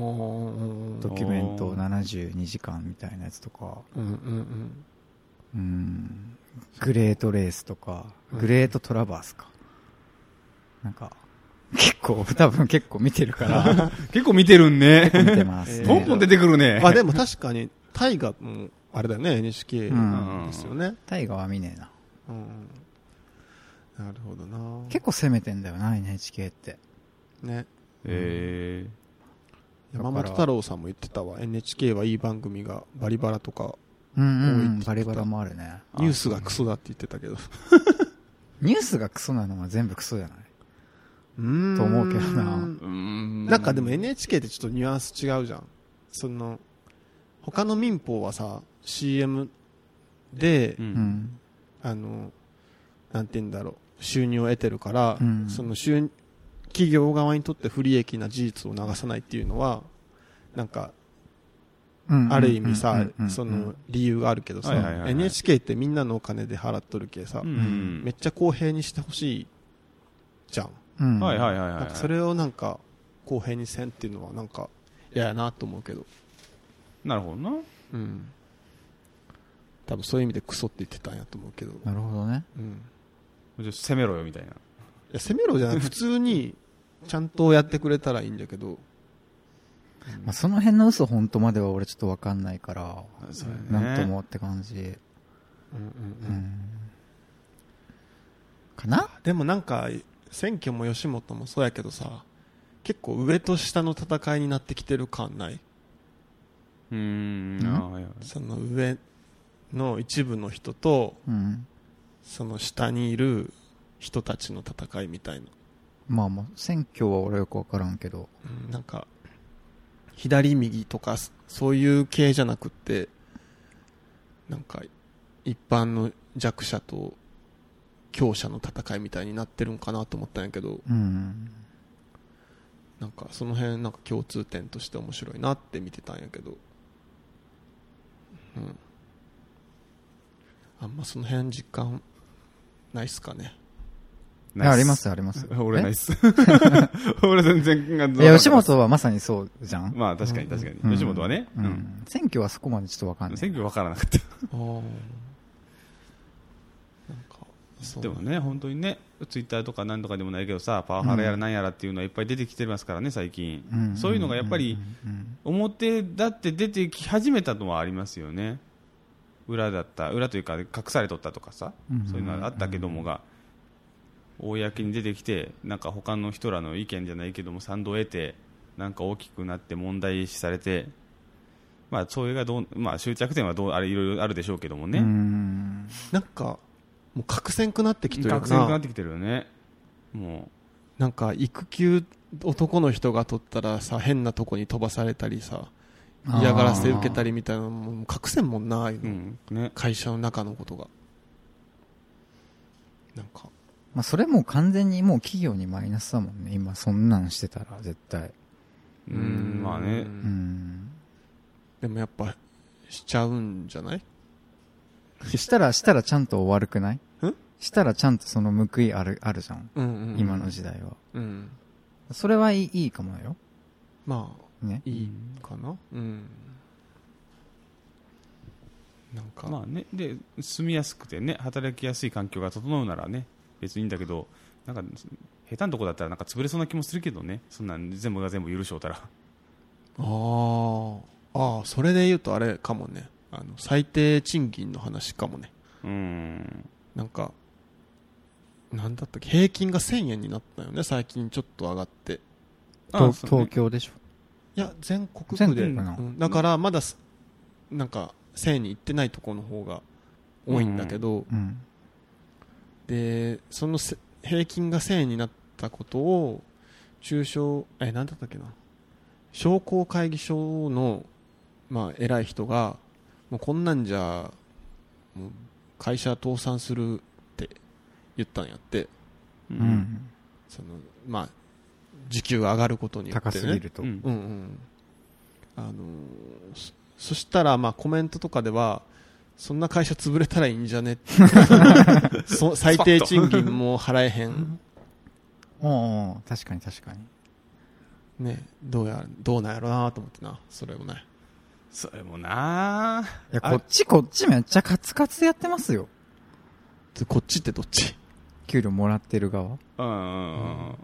おー
ドキュメント72時間みたいなやつとか、
うんうん
うん、グレートレースとか、
うん
グレートトラバースか。なんか、結構、 多分結構見てる から、
結構見てるんね。
見てます、ね。
ポンポン出てくるね
う。ん。あ、でも確かに、大河も、あれだよね、NHK
うん
ですよね。
タイガは見ねえな。
うん。なるほどな
結構攻めてんだよな、NHK って。
ね。
え
だから
山本太郎さんも言ってたわ。NHK はいい番組がバリバラとか、
うんうん、う
多いって言っ
ん、
てた
バリバラもあるね。
あ
ニュースがクソだって言ってたけど。
ニュースがクソなのは全部クソじゃない
うん
と思うけどな
ー。うん
なんかでも NHK ってちょっとニュアンス違うじゃん。その、他の民放はさ、CM で、
う。
うんん。
あの、なんて言うんだろう、収入を得てるから、
うん
その収、企業側にとって不利益な事実を流さないっていうのは、なんか、
うん
ある意味さ、そ、
うんうんうんう
の
ん、
理由があるけどさ、
はいはいはいはい
NHK ってみんなのお金で払っとるけさ、
うん
めっちゃ公平にしてほしいじゃん。
うん
はいはいはい
な
は
ん
い。
かそれをなんか、公平にせんっていうのはなんか、嫌やなと思うけど。
なるほどな。
うん。多分そういう意味でクソって言ってたんやと思うけど。
なるほどね。
うん。
じゃあ攻めろよみたいな。
いや、攻めろじゃない。普通に、ちゃんとやってくれたらいいんだけど。
まあ、その辺の嘘本当までは俺ちょっとわかんないから、
そうやね
なんともって感じ。
うんう
う。
ん
ん。かな
でもなんか、選挙も吉本もそうやけどさ、結構上と下の戦いになってきてる感ない。
うー。
うんん
あーはいはい
その上の一部の人と、
うん。
その下にいる人たちの戦いみたいな。
まあまあ、選挙は俺よくわからんけど。
うんなんか、左右とか、そそういう系じゃなくって、なんか、一般の弱者と強者の戦いみたいになってるんかなと思ったんやけど、
うん。
なんかその辺なんか共通点として面白いなって見てたんやけど、うん。あんまその辺実感ないっすかね。
いやありま
ます。
すあります
俺ないっす。 俺全然。
えいや、吉本はまさにそうじゃん。
まあ確かに確か
うん
に。吉本はね。
う
うん。
ん。選挙はそこまでちょっとわかんない。
選挙分からなかった。
ああ。なんか、そう。
でもね、本当にね、ツイッターとかなんとかでもないけどさ、パワハラやらなんやらっていうのはいっぱい出てきてますからね、最近
ん。
そういうのがやっぱり、
うん
表だって出てき始めたのはありますよね。裏だった、裏というか隠されとったとかさ
うん、
そういうのはあったけどもが、公に出てきて、なんか他の人らの意見じゃないけども賛同を得て、なんか大きくなって問題視されて、まあそれがどう、まあ終着点はどう、あれいろいろあるでしょうけどもね。
うん。
なんか、もう隠せんくなってきてるよ
学生にな
な
っ。てきてるよねも
なんか、育休、男の人が取ったらさ、変なとこに飛ばされたりさ、嫌がらせ受けた
り。
りみたいなのも、もう隠せんもんな、ああいう
う、う
の
んね、
会社の中のことが。なんか、
まあ、それもう完全にもう企業にマイナスだもんね。今、そんなんしてたら、絶対。
うーんまあね
う、ん
うん。
でもやっぱ、しちゃうんじゃない
したら、したらちゃんと悪くないしたらちゃんとその報いある、あるじゃん。
うんうん。
今の時代は。
うん。
それはいいいいかもよ。
まあ、
ね。
いいかな。うん。なんか、
まあねで住みやすくてね働きやすい環境が整うならね別にいいんだけどなんか下手なとこだったらなんか潰れそうな気もするけどねそんなん全部が全部許しょうたら
あーあーそれで言うとあれかもねあの最低賃金の話かもね
うーん
なんかなんだったっけ平均が1000円になったよね最近ちょっと上がってい
あ
東
そうね
東京でしょ。
や全国
全
区
国
で、
かな
うんだからまだすなんか1000円に行ってないところの方が多いんだけど、
うん。
でそのせ平均が1000円になったことを中小えなんだったっけな商工会議所の、まあ、偉い人がもうこんなんじゃもう会社倒産するって言ったんやって
う
うんん。
その、まあ、時給が上がることによって、ね、
高すぎると
う。ん
うんうんあのーそそしたら、まあ、コメントとかでは、そんな会社潰れたらいいんじゃね そ最低賃金も払えへん。
おうおう確かに確かに。
ね、どうや、どうなんやろうなと思ってな、それもね。
それもない
や、
あ
こっちこっちめっちゃカツカツやってますよ。
でこっちってどっち
給料もらってる側。
うんうんうん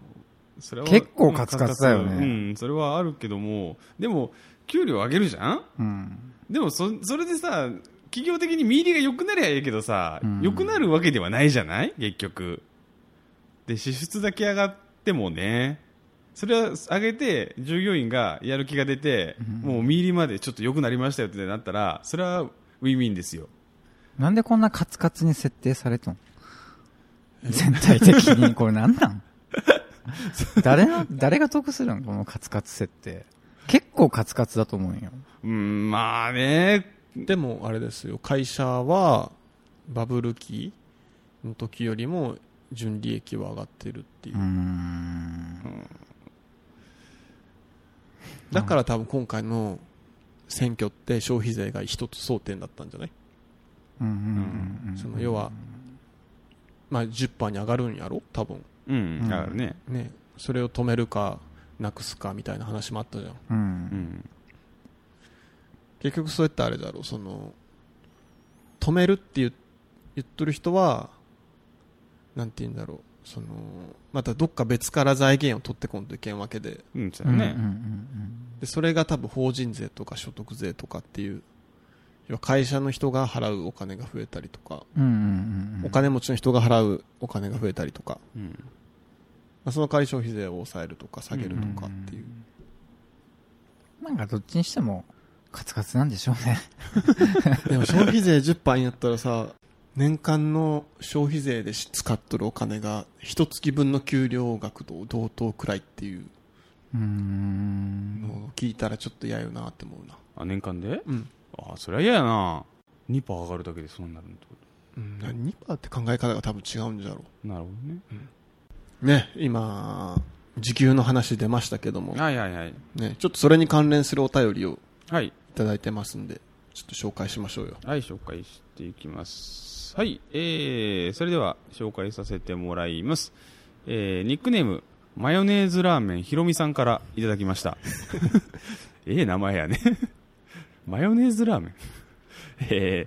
それは
結構カツカツだよね
うん、それはあるけども、でも、給料上げるじゃん
うん。
でもそ、それでさ、企業的に見入りが良くなりゃいいけどさ
うん、
良、くなるわけではないじゃない結局。で、支出だけ上がってもね、それは上げて、従業員がやる気が出て、もう見入りまでちょっと良くなりましたよってなったら、それはウィンウィンですよ。
なんでこんなカツカツに設定されとん全体的に。これなんなん誰の、誰が得するんこのカツカツ設定。結構カツカツだと思うんよ。
うん、まあね、
でも、あれですよ、会社は、バブル期の時よりも、純利益は上がってるっていうう。
ーん。
だから多分今回の選挙って消費税が一つ争点だったんじゃない、
うんうんうんうん。
その要は、まあ、10%に上がるんやろ多分。
うん、だからね、
ね。それを止めるか、なくすかみたいな話もあったじゃん。
う。
うんん、
結局そうやってあれだろう、その、止めるって言う言っとる人は、なんて言うんだろう、その、またどっか別から財源を取ってこんといけんわけで、
うん、そう
う
だ
んうんうんう
ね。
ん。
でそれが多分法人税とか所得税とかっていう、要は会社の人が払うお金が増えたりとか、
うんうんうんうん。
お金持ちの人が払うお金が増えたりとか、
うん
まあ、その代わり消費税を抑えるとか下げるとかっていう。
なんかどっちにしても、カツカツなんでしょうね。
でも消費税10%になったらさ、年間の消費税で使っとるお金が、一月分の給料額と同等くらいっていう
うー
の
ん。
を聞いたらちょっと嫌よなって思うな。
あ、年間で
うん。
ああ、そりゃ嫌やな。2%上がるだけでそうなるってこ
うん、2%って考え方が多分違うんじゃろ
となるほどね。
う。ね、今、時給の話出ましたけども、
はいはいはい。
ね、ちょっとそれに関連するお便りを
はい。
いただいてますんで、ちょっと紹介しましょうよ。
はい、紹介していきます。はい、えー、それでは紹介させてもらいます。えー、ニックネーム、マヨネーズラーメンひろみさんからいただきました。ええ名前やね。 マヨネーズラーメン。 え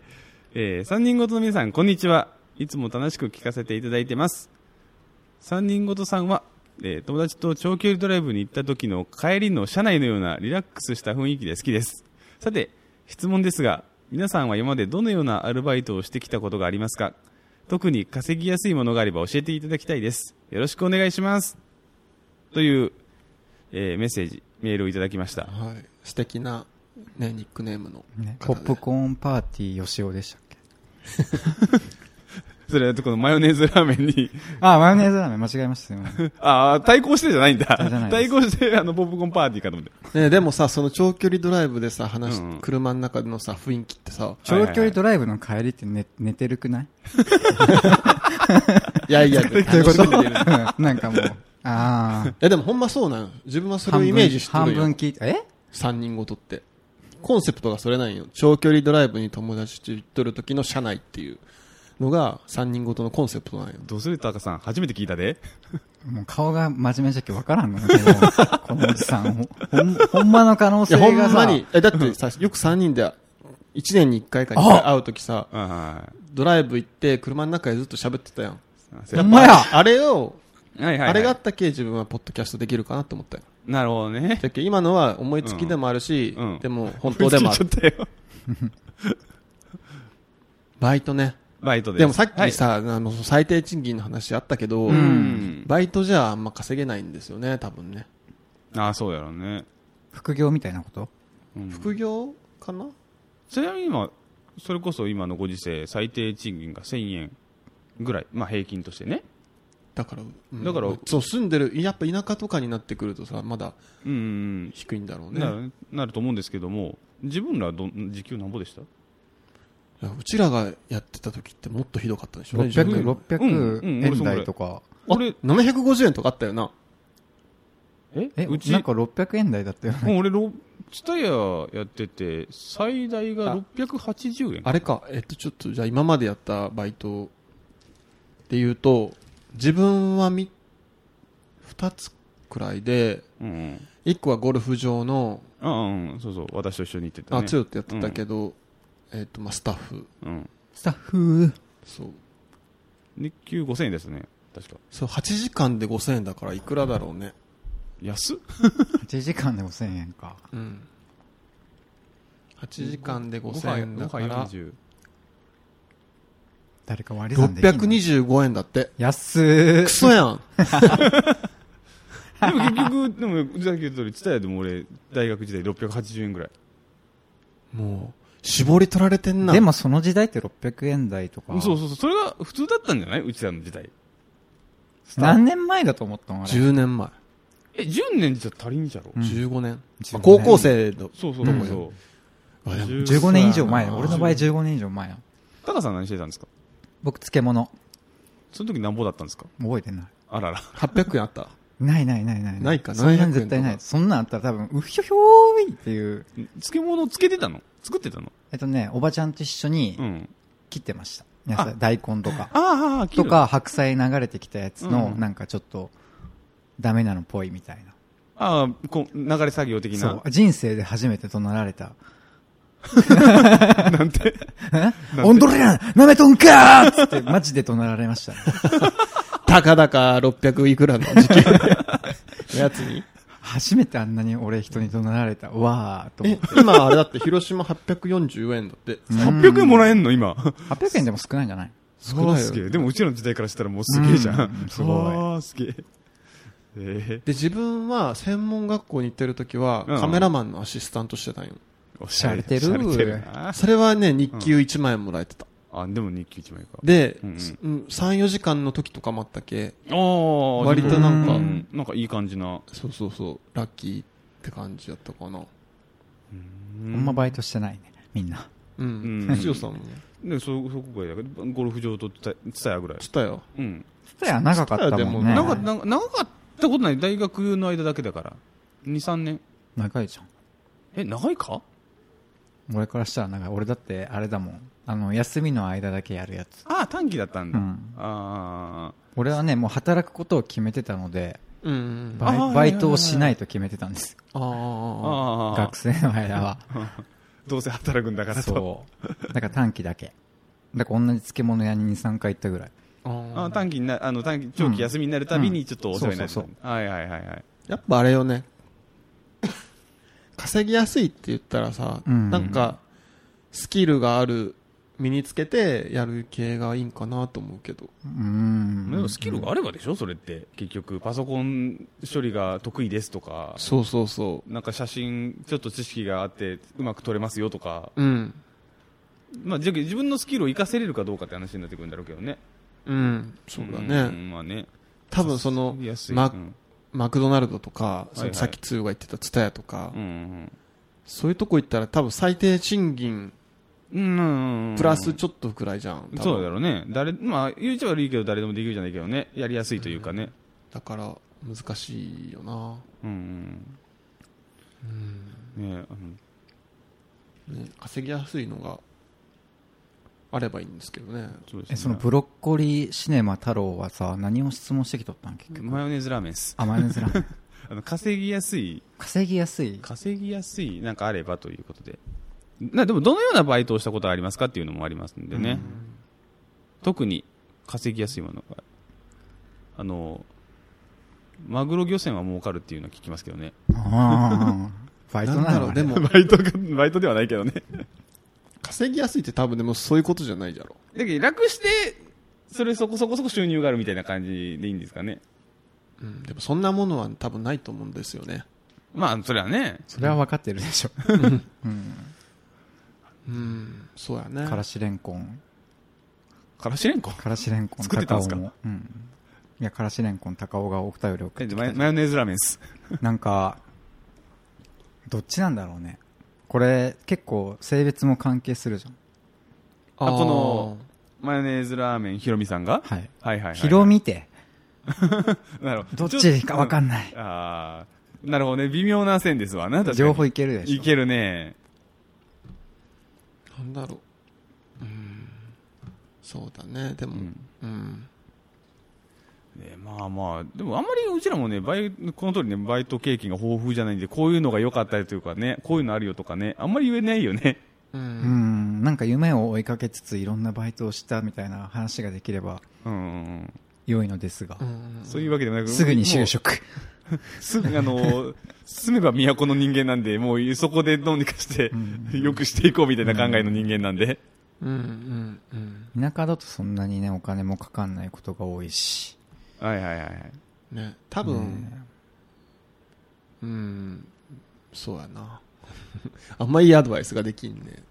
ー、えー、三人ごとの皆さん、こんにちは。いつも楽しく聞かせていただいてます。三人ごとさんは、えー友達と長距離ドライブに行った時の帰りの車内のようなリラックスした雰囲気で好きです。さて、質問ですが、皆さんは今までどのようなアルバイトをしてきたことがありますか特に稼ぎやすいものがあれば教えていただきたいです。よろしくお願いします。という、えーメッセージ、メールをいただきました。
はい。素敵な、ね、ニックネームの方で、
ね、ポップコーンパーティー吉尾でしたっけ
それはこのマヨネーズラーメンに、
あ、マヨネーズラーメン間違えましたよ。
ああ、対抗してじゃないんだ
じゃな。いで
対
す
抗して、あの、ポップコーンパーティーかと思って。
ね、でもさ、その長距離ドライブでさ、話し、
うんうん
車の中でのさ、雰囲気ってさ、
長距離ドライブの帰りって寝寝てるくない
いやいや、
どういうこ
楽しん
と
でるい
うんなんかもう、ああ。
やでもほんまそうなん自分はそれをイメージして
半
る
分半分
よ。
聞いて、え
三人ごとって。コンセプトがそれなんよ。長距離ドライブに友達と行っとる時の車内っていうのが三人ごとのコンセプトなんよ。
どうするタカさん、初めて聞いたで。
もう顔が真面目じゃけわからんのねもうこのおじさん。ほん、ほんまの可能
いや、ほ
性
ん
が
ま
さ、
に、え、だってさ、よく三人で、一年に一回か二回会う時さ、
うんは
ドライブ行って車の中でずっと喋ってたやん。
い
ほんまや
あれを、
はいはい。
あれがあったけ自分はポッドキャストできるかなと思ったよ。
なるほどね。
だっけ今のは思いつきでもあるし、
うんうん
でも本当でもあ
ちょっ
る。
とよ。
バイトね。
バイトで。
でもさっき
は
さ、あの、最低賃金の話あったけ
い、
ど、
うん。
バイトじゃあんま稼げないんですよね、多分ね。
ああ、そうやろうね。
副業みたいなこと
うん
副業かな
ちなみに今、それこそ今のご時世、最低賃金が1000円ぐらい。まあ平均としてね。
だから、うん
だから
そう、住んでる、やっぱ田舎とかになってくるとさ、まだ
うん。
低いんだろうね。
なるなると思うんですけども、自分らどん、時給なんぼでした
いやうちらがやってた時ってもっとひどかったでしょ、ね、
?600、
10
うんうん俺そん
600円
ぐらい
台とか。
これ、
750円とかあったよな。
え
え、
うち、
なんか600円台だったよね。
うん俺6ツタヤやってて、最大が680円。
あれか、えっと、ちょっと、じゃあ今までやったバイトで言うと、自分はみ、二つくらいで、
うんうん。
一個はゴルフ場の、
あうんうん、そうそう、私と一緒に行ってた、
あ、
ね。
強ってやってたけど、えっと、まあ、スタッフ、
うん。
スタッフ
そう。
日給5000円ですね。確か。
そう、8時間で5000円だから、いくらだろうね。
安っ
8時間で5000円か
うん。8時間で5000円だから、
540
誰か割り算できんの
625円だって。
安ー
クソやん
でも結局、でも、さっき言った通り、ツタヤでも俺、大学時代680円ぐらい。
もう、絞り取られてんな。
でもその時代って600円台とか
そうそうそう、それが普通だったんじゃないうちらの時代。
何年前だと思ったのあれ
10年前。
え、10年じゃ足りんじゃろ、
うん
15年。
15
まあ高校生の。
そうそうそうそう。
あでも
10
15年以上前
そうやな
俺の場合15年以上前や
タカさん何してたんですか
僕漬物
その時なんぼだったんですか
覚えてない
あらら。
800円あった。
ないないないない
ないか
そんなん
700
絶対な
円
い
とか
そんなんあったら多分うひょひょーいっていう
漬物をつけてたの作ってたの
えっとねおばちゃんと一緒に
うん。
切ってました野菜大根とか
ああ、
とか白菜流れてきたやつの
うん
なんかちょっとダメなのっぽいみたいな
ああ、こう、流れ作業的
そ
な。
う人生で初めて怒鳴られた
なんて。
「オンドレランなめとんかー!」っつってマジで怒鳴られましたね
たかだか600いくらの時給 のやつに。
初めてあんなに俺人に怒鳴られたわーと思
え
って、
今あれだって広島844円だって。
800円もらえんの今。
800円でも少ないんじゃない
少ないよ
すげえ。でもうちらの時代からしたらもうすげえじゃ
うん
ん。
すごい
ああ、すげえ。え
で、自分は専門学校に行ってる時は
うん
カメラマンのアシスタントしてたんよ。
え。お
しゃれてる
しゃれてな
それはね、日給1万円もらえてた。
あ、でも日給1枚か。
で、
うんうん
すうん3、4時間の時とかもあったけ。
ああ、
割となんか
うんなんかいい感じな。
そうそうそう、ラッキーって感じだったかな。
う
あんまバイトしてないねみんな
うん。
うん
藤尾さんもね。
で、そ、そこぐらいだけど、ゴルフ場とツタツタヤぐらい。
したよ。
うん。
そや長かったもんね
蔦
なんか、
屋でも
なんか長かったことない。大学の間だけだから。2、3年。
長いじゃん
え、長いか
俺からしたらなんか俺だってあれだもんあの休みの間だけやるやつ
ああ、短期だったんだ。
うん
あ
俺はねもう働くことを決めてたので
うんうん。あ
バイ
あー
バイトをしないと決めてたんです
あ
あ。
ー。
ああ
学。生の間は
どうせ働くんだからと。
そうだから短期だけだから同じ漬物屋に23回行ったぐらい
あ
ああ
ー
短期にな、あの、短期、長期休みになるたび
う
に
ん
ちょっとお世話になる。
そうそう
はいはいはいはい。
やっぱあれよね。稼ぎやすいって言ったらさ、
うん
なんか、スキルがある、身につけてやる系がいいんかなと思うけど。
うー
で
ん
もスキルがあればでしょそれって。結局、パソコン処理が得意ですとか、
そうそうそ
なんか写真、ちょっと知識があって、うまく撮れますよとか。
う。うん。
まあ、じゃあ自分のスキルを活かせれるかどうかって話になってくるんだろうけどね。
うん。そうだ
う
ね。
んまあね。
多分その、
安い。
マ
うん
マクドナルドとか、そ
は
の
いはい
さっき通が言ってたツタヤとか、
うん
そういうとこ行ったら多分最低賃金、
うんうんうんうん
プラスちょっとくらいじゃん。多分
そうだろうね。誰、まあ、言うちゃ悪いけど誰でもできるじゃないけどね。やりやすいというかね。
だから、難しいよな。
うん。うん、ねうん
ね稼ぎやすいのがあればいいんですけどね。
そうですね
えそのブロッコリーシネマ太郎はさ何を質問してきとったん結局
マヨネーズラーメンです。
あマヨネーズラーメン
あの、稼ぎやすい、
稼ぎやすい
稼ぎやすい、なんかあればということで。な、でもどのようなバイトをしたことがありますかっていうのもありますんでね。特に稼ぎやすいものが。あの、マグロ漁船は儲かるっていうのは聞きますけどね。
あーバイト
なんだ
な
ろ
の
う、でも、
バイトが、バイトではないけどね。
稼ぎやすいって多分でもそういうことじゃないじゃろ。
だけど楽して、それそこそこそこ収入があるみたいな感じでいいんですかね。
うん、でもそんなものは多分ないと思うんですよね。
まあ、それはね。
それは分かってるでしょ、うん、
うん、そうやね。
からしれんこん
からしれんこ。
からしれんこん
作ってたんすか
高尾もうん、いやからしれんこん高尾がお便りを送ってき
マヨ
た
マヨネーズラーメンです。
なんかどっちなんだろうねこれ結構性別も関係するじゃん
ー
あこの、マヨネーズラーメン、ひろみさんが
はい
はいはいはい。
広見て
なるほ
どっちか分か
ない。
んない
ああ。なるほどね微妙な線ですわな確かに
両方いけるでし
い
ょ
けるね
なんだろう。うん。そうだね。でも、うん。
ねまあまあでもあんまりうちらもねバイこの通りねバイト経験が豊富じゃないんでこういうのが良かったりというかねこういうのあるよとかねあんまり言えないよね
う。
うんんなんか夢を追いかけつついろんなバイトをしたみたいな話ができれば
うんうん
良いのですが、
うん。
そういうわけでもなく
すぐに
も
就
う
職
すぐあの住めば都の人間なんでもうそこでどうにかして良くしていこうみたいな考えの人間なんで
うん。うん。うん。
田舎だとそんなにねお金もかかんないことが多いし
はいはいはいはい
ね。多分、うん。そうやな。 あんまいいアドバイスができんね。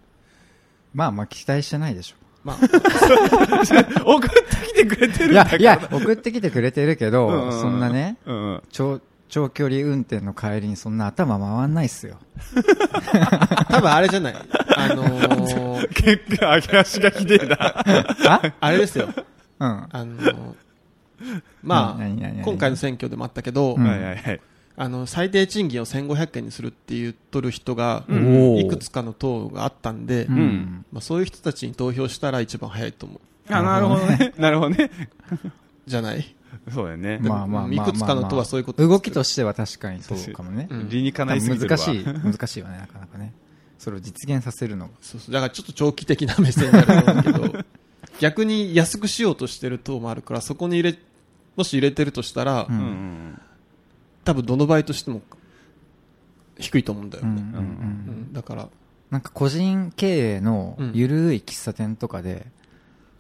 まあまあ期待してないでしょ
まあ、
送ってきてくれてるん
い
だ
や
から
いや送ってきてくれてるけど、
うんうんうん
そんなね
うんうん
長長距離運転の帰りにそんな頭回んないっすよ
多分あれじゃない。あの ー、
結果揚げ足がひでえな
あ
あれですよ。
うん
あのー、ま
何何何
あ、
何
今回の選挙でもあったけど、
うん
はいはいはい
あの、最低賃金を1500円にするって言っとる人が、
ん
いくつかの党があったんで、
うん、
まあ、そういう人たちに投票したら一番早いと思う。
あなるほどねなるほどね
じゃない
そうだよね
まあまあまあまあまあ
いくつかの党はそういうことですけど
動きとしては確かにそうかもね、
うん
理にかないすぎてるわ
難しい難しいよねなかなかねそれを実現させるのが
そうそう。だからちょっと長期的な目線になると思う けど、逆に安くしようとしてる党もあるから、そこに入れ、もし入れてるとしたら、
うん
うんうん
多分どの場合としても低いと思うんだよ
うんうんう
ね。
ん
うんだから、
なんか個人経営のゆるい喫茶店とかで、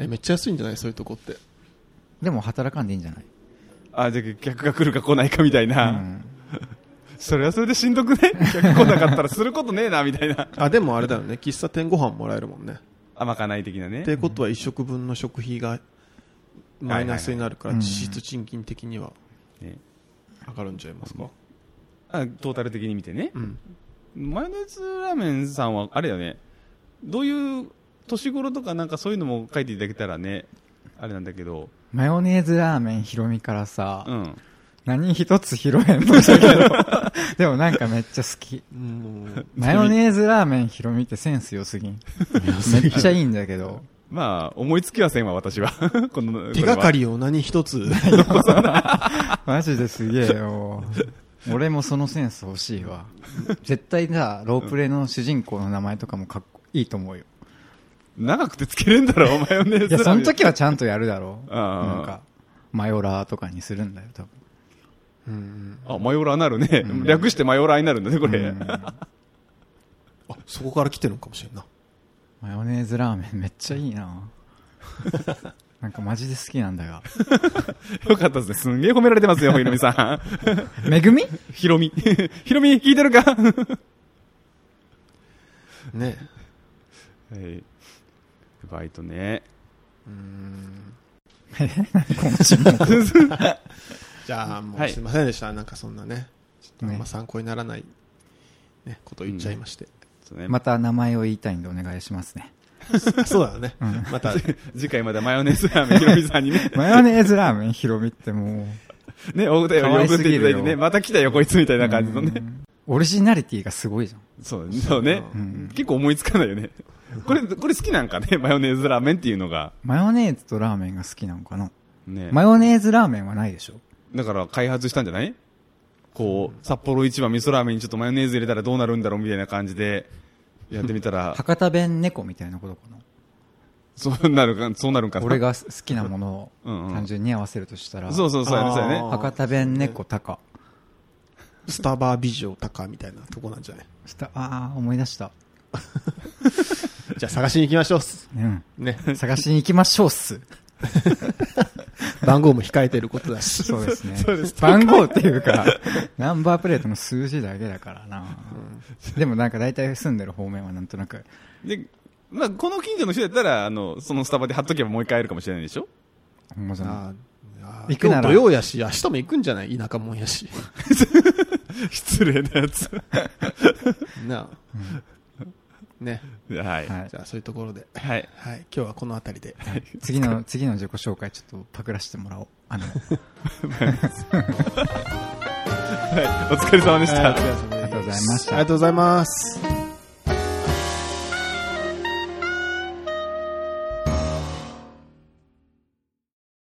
え、めっちゃ安いんじゃないそういうとこって。
でも働かんでいいんじゃない、
あじゃあ客が来るか来ないかみたいうな、
ん、
それはそれでしんどくね客来なかったらすることねえなみたいな
あ、でもあれだよね。喫茶店ご飯もらえるもんね。
あまかない的なね
ってことは一食分の食費がマイナスになるか
は
ら、
いはいはいうん
実質賃金的には
ね
上がるんちゃいますか。
あトータル的に見てね
うん。
マヨネーズラーメンさんはあれだよねどういう年頃とかなんかそういうのも書いていただけたらねあれなんだけど
マヨネーズラーメンひろみからさ、
うん
何一つ拾えんのだけど でもなんかめっちゃ好き
うん
マヨネーズラーメンひろみってセンス良すぎんめっちゃいいんだけど
まあ思いつきはせんわ私は この
手がか
り
りを何一つ。
マジですげえよ俺もそのセンス欲しいわ絶対さロープレの主人公の名前とかもかっこいいと思うよ
長くてつけれんだ ろマヨネー
い
ズラーメン
やその時はちゃんとやるだろう
ああ
なんかマヨラーとかにするんだよ多分
うん
あマヨラーなるね、略してマヨラーになるんだねこれ、
うん
あ、そこから来てるのかもしれんな。
マヨネーズラーメンめっちゃいいななんかマジで好きなんだが
よかったですね。すんげえ褒められてますよ、ひろみ さ
めぐみ
ん。ひ ろみ。ひろみ、聞いてるか
ね
はいバイトね。
じゃあ、も
は
う
い
すいませんでした。なんかそんなね、ちょっとあん
ね
ま参考にならない、ね、ことを言っちゃいまして。
そうね
また名前を言いたいんでお願いしますね、
あ そうだね。また、
次回までマヨネーズラーメン、ひろみさんにね
マヨネーズラーメンひろみってもう
ね、お便りを送っていただいて
可愛すぎる
ね、
よ
また来たよ、こいつみたいな感じの
う
ね。
んオリジナリティがすごいじゃん
そうそうね
う。
結構思いつかないよね。これ、これ好きなんかね、マヨネーズラーメンっていうのが。
マヨネーズとラーメンが好きなのかな
ね。
マヨネーズラーメンはないでしょ
だから開発したんじゃないこう、札幌一番味噌ラーメンにちょっとマヨネーズ入れたらどうなるんだろうみたいな感じで、やってみたら、
博多弁猫みたいなことかな
そうなるか、そうなるんかな。
俺が好きなもの
うんう
を
ん
単純に合わせるとしたら
そうそうそうやね、そうやね
あ。ー
博多弁猫タカ
スタバ美女高みたいなとこなんじゃない
したああ思い出した
じゃあ探しに行きましょう。
うん
ね。
探しに行きましょう っす
番号も控えてることだし。
そうですね。番号ってい うか、ナンバープレートの数字だけだからな。でもなんか大体住んでる方面はなんとなく。
で、まあ、この近所の人やったら、あの、そのスタバで貼っとけばもう一回会えるかもしれないでしょ
ほんまじゃな
あーあー
行くなら
今日土曜やし、明日も行くんじゃない田舎もんやし。
失礼なや つ。
なあ。ね。
はい。
はい
じゃあ、そういうところで。
はい。
はい。今日はこの辺りで。
次の、次の自己紹介ちょっとパクらせてもらおう。あの、
はい、お疲れ様でした。
ありがとうござい
ありがとうござい
ま
ますし
あ
た
りがとうございます。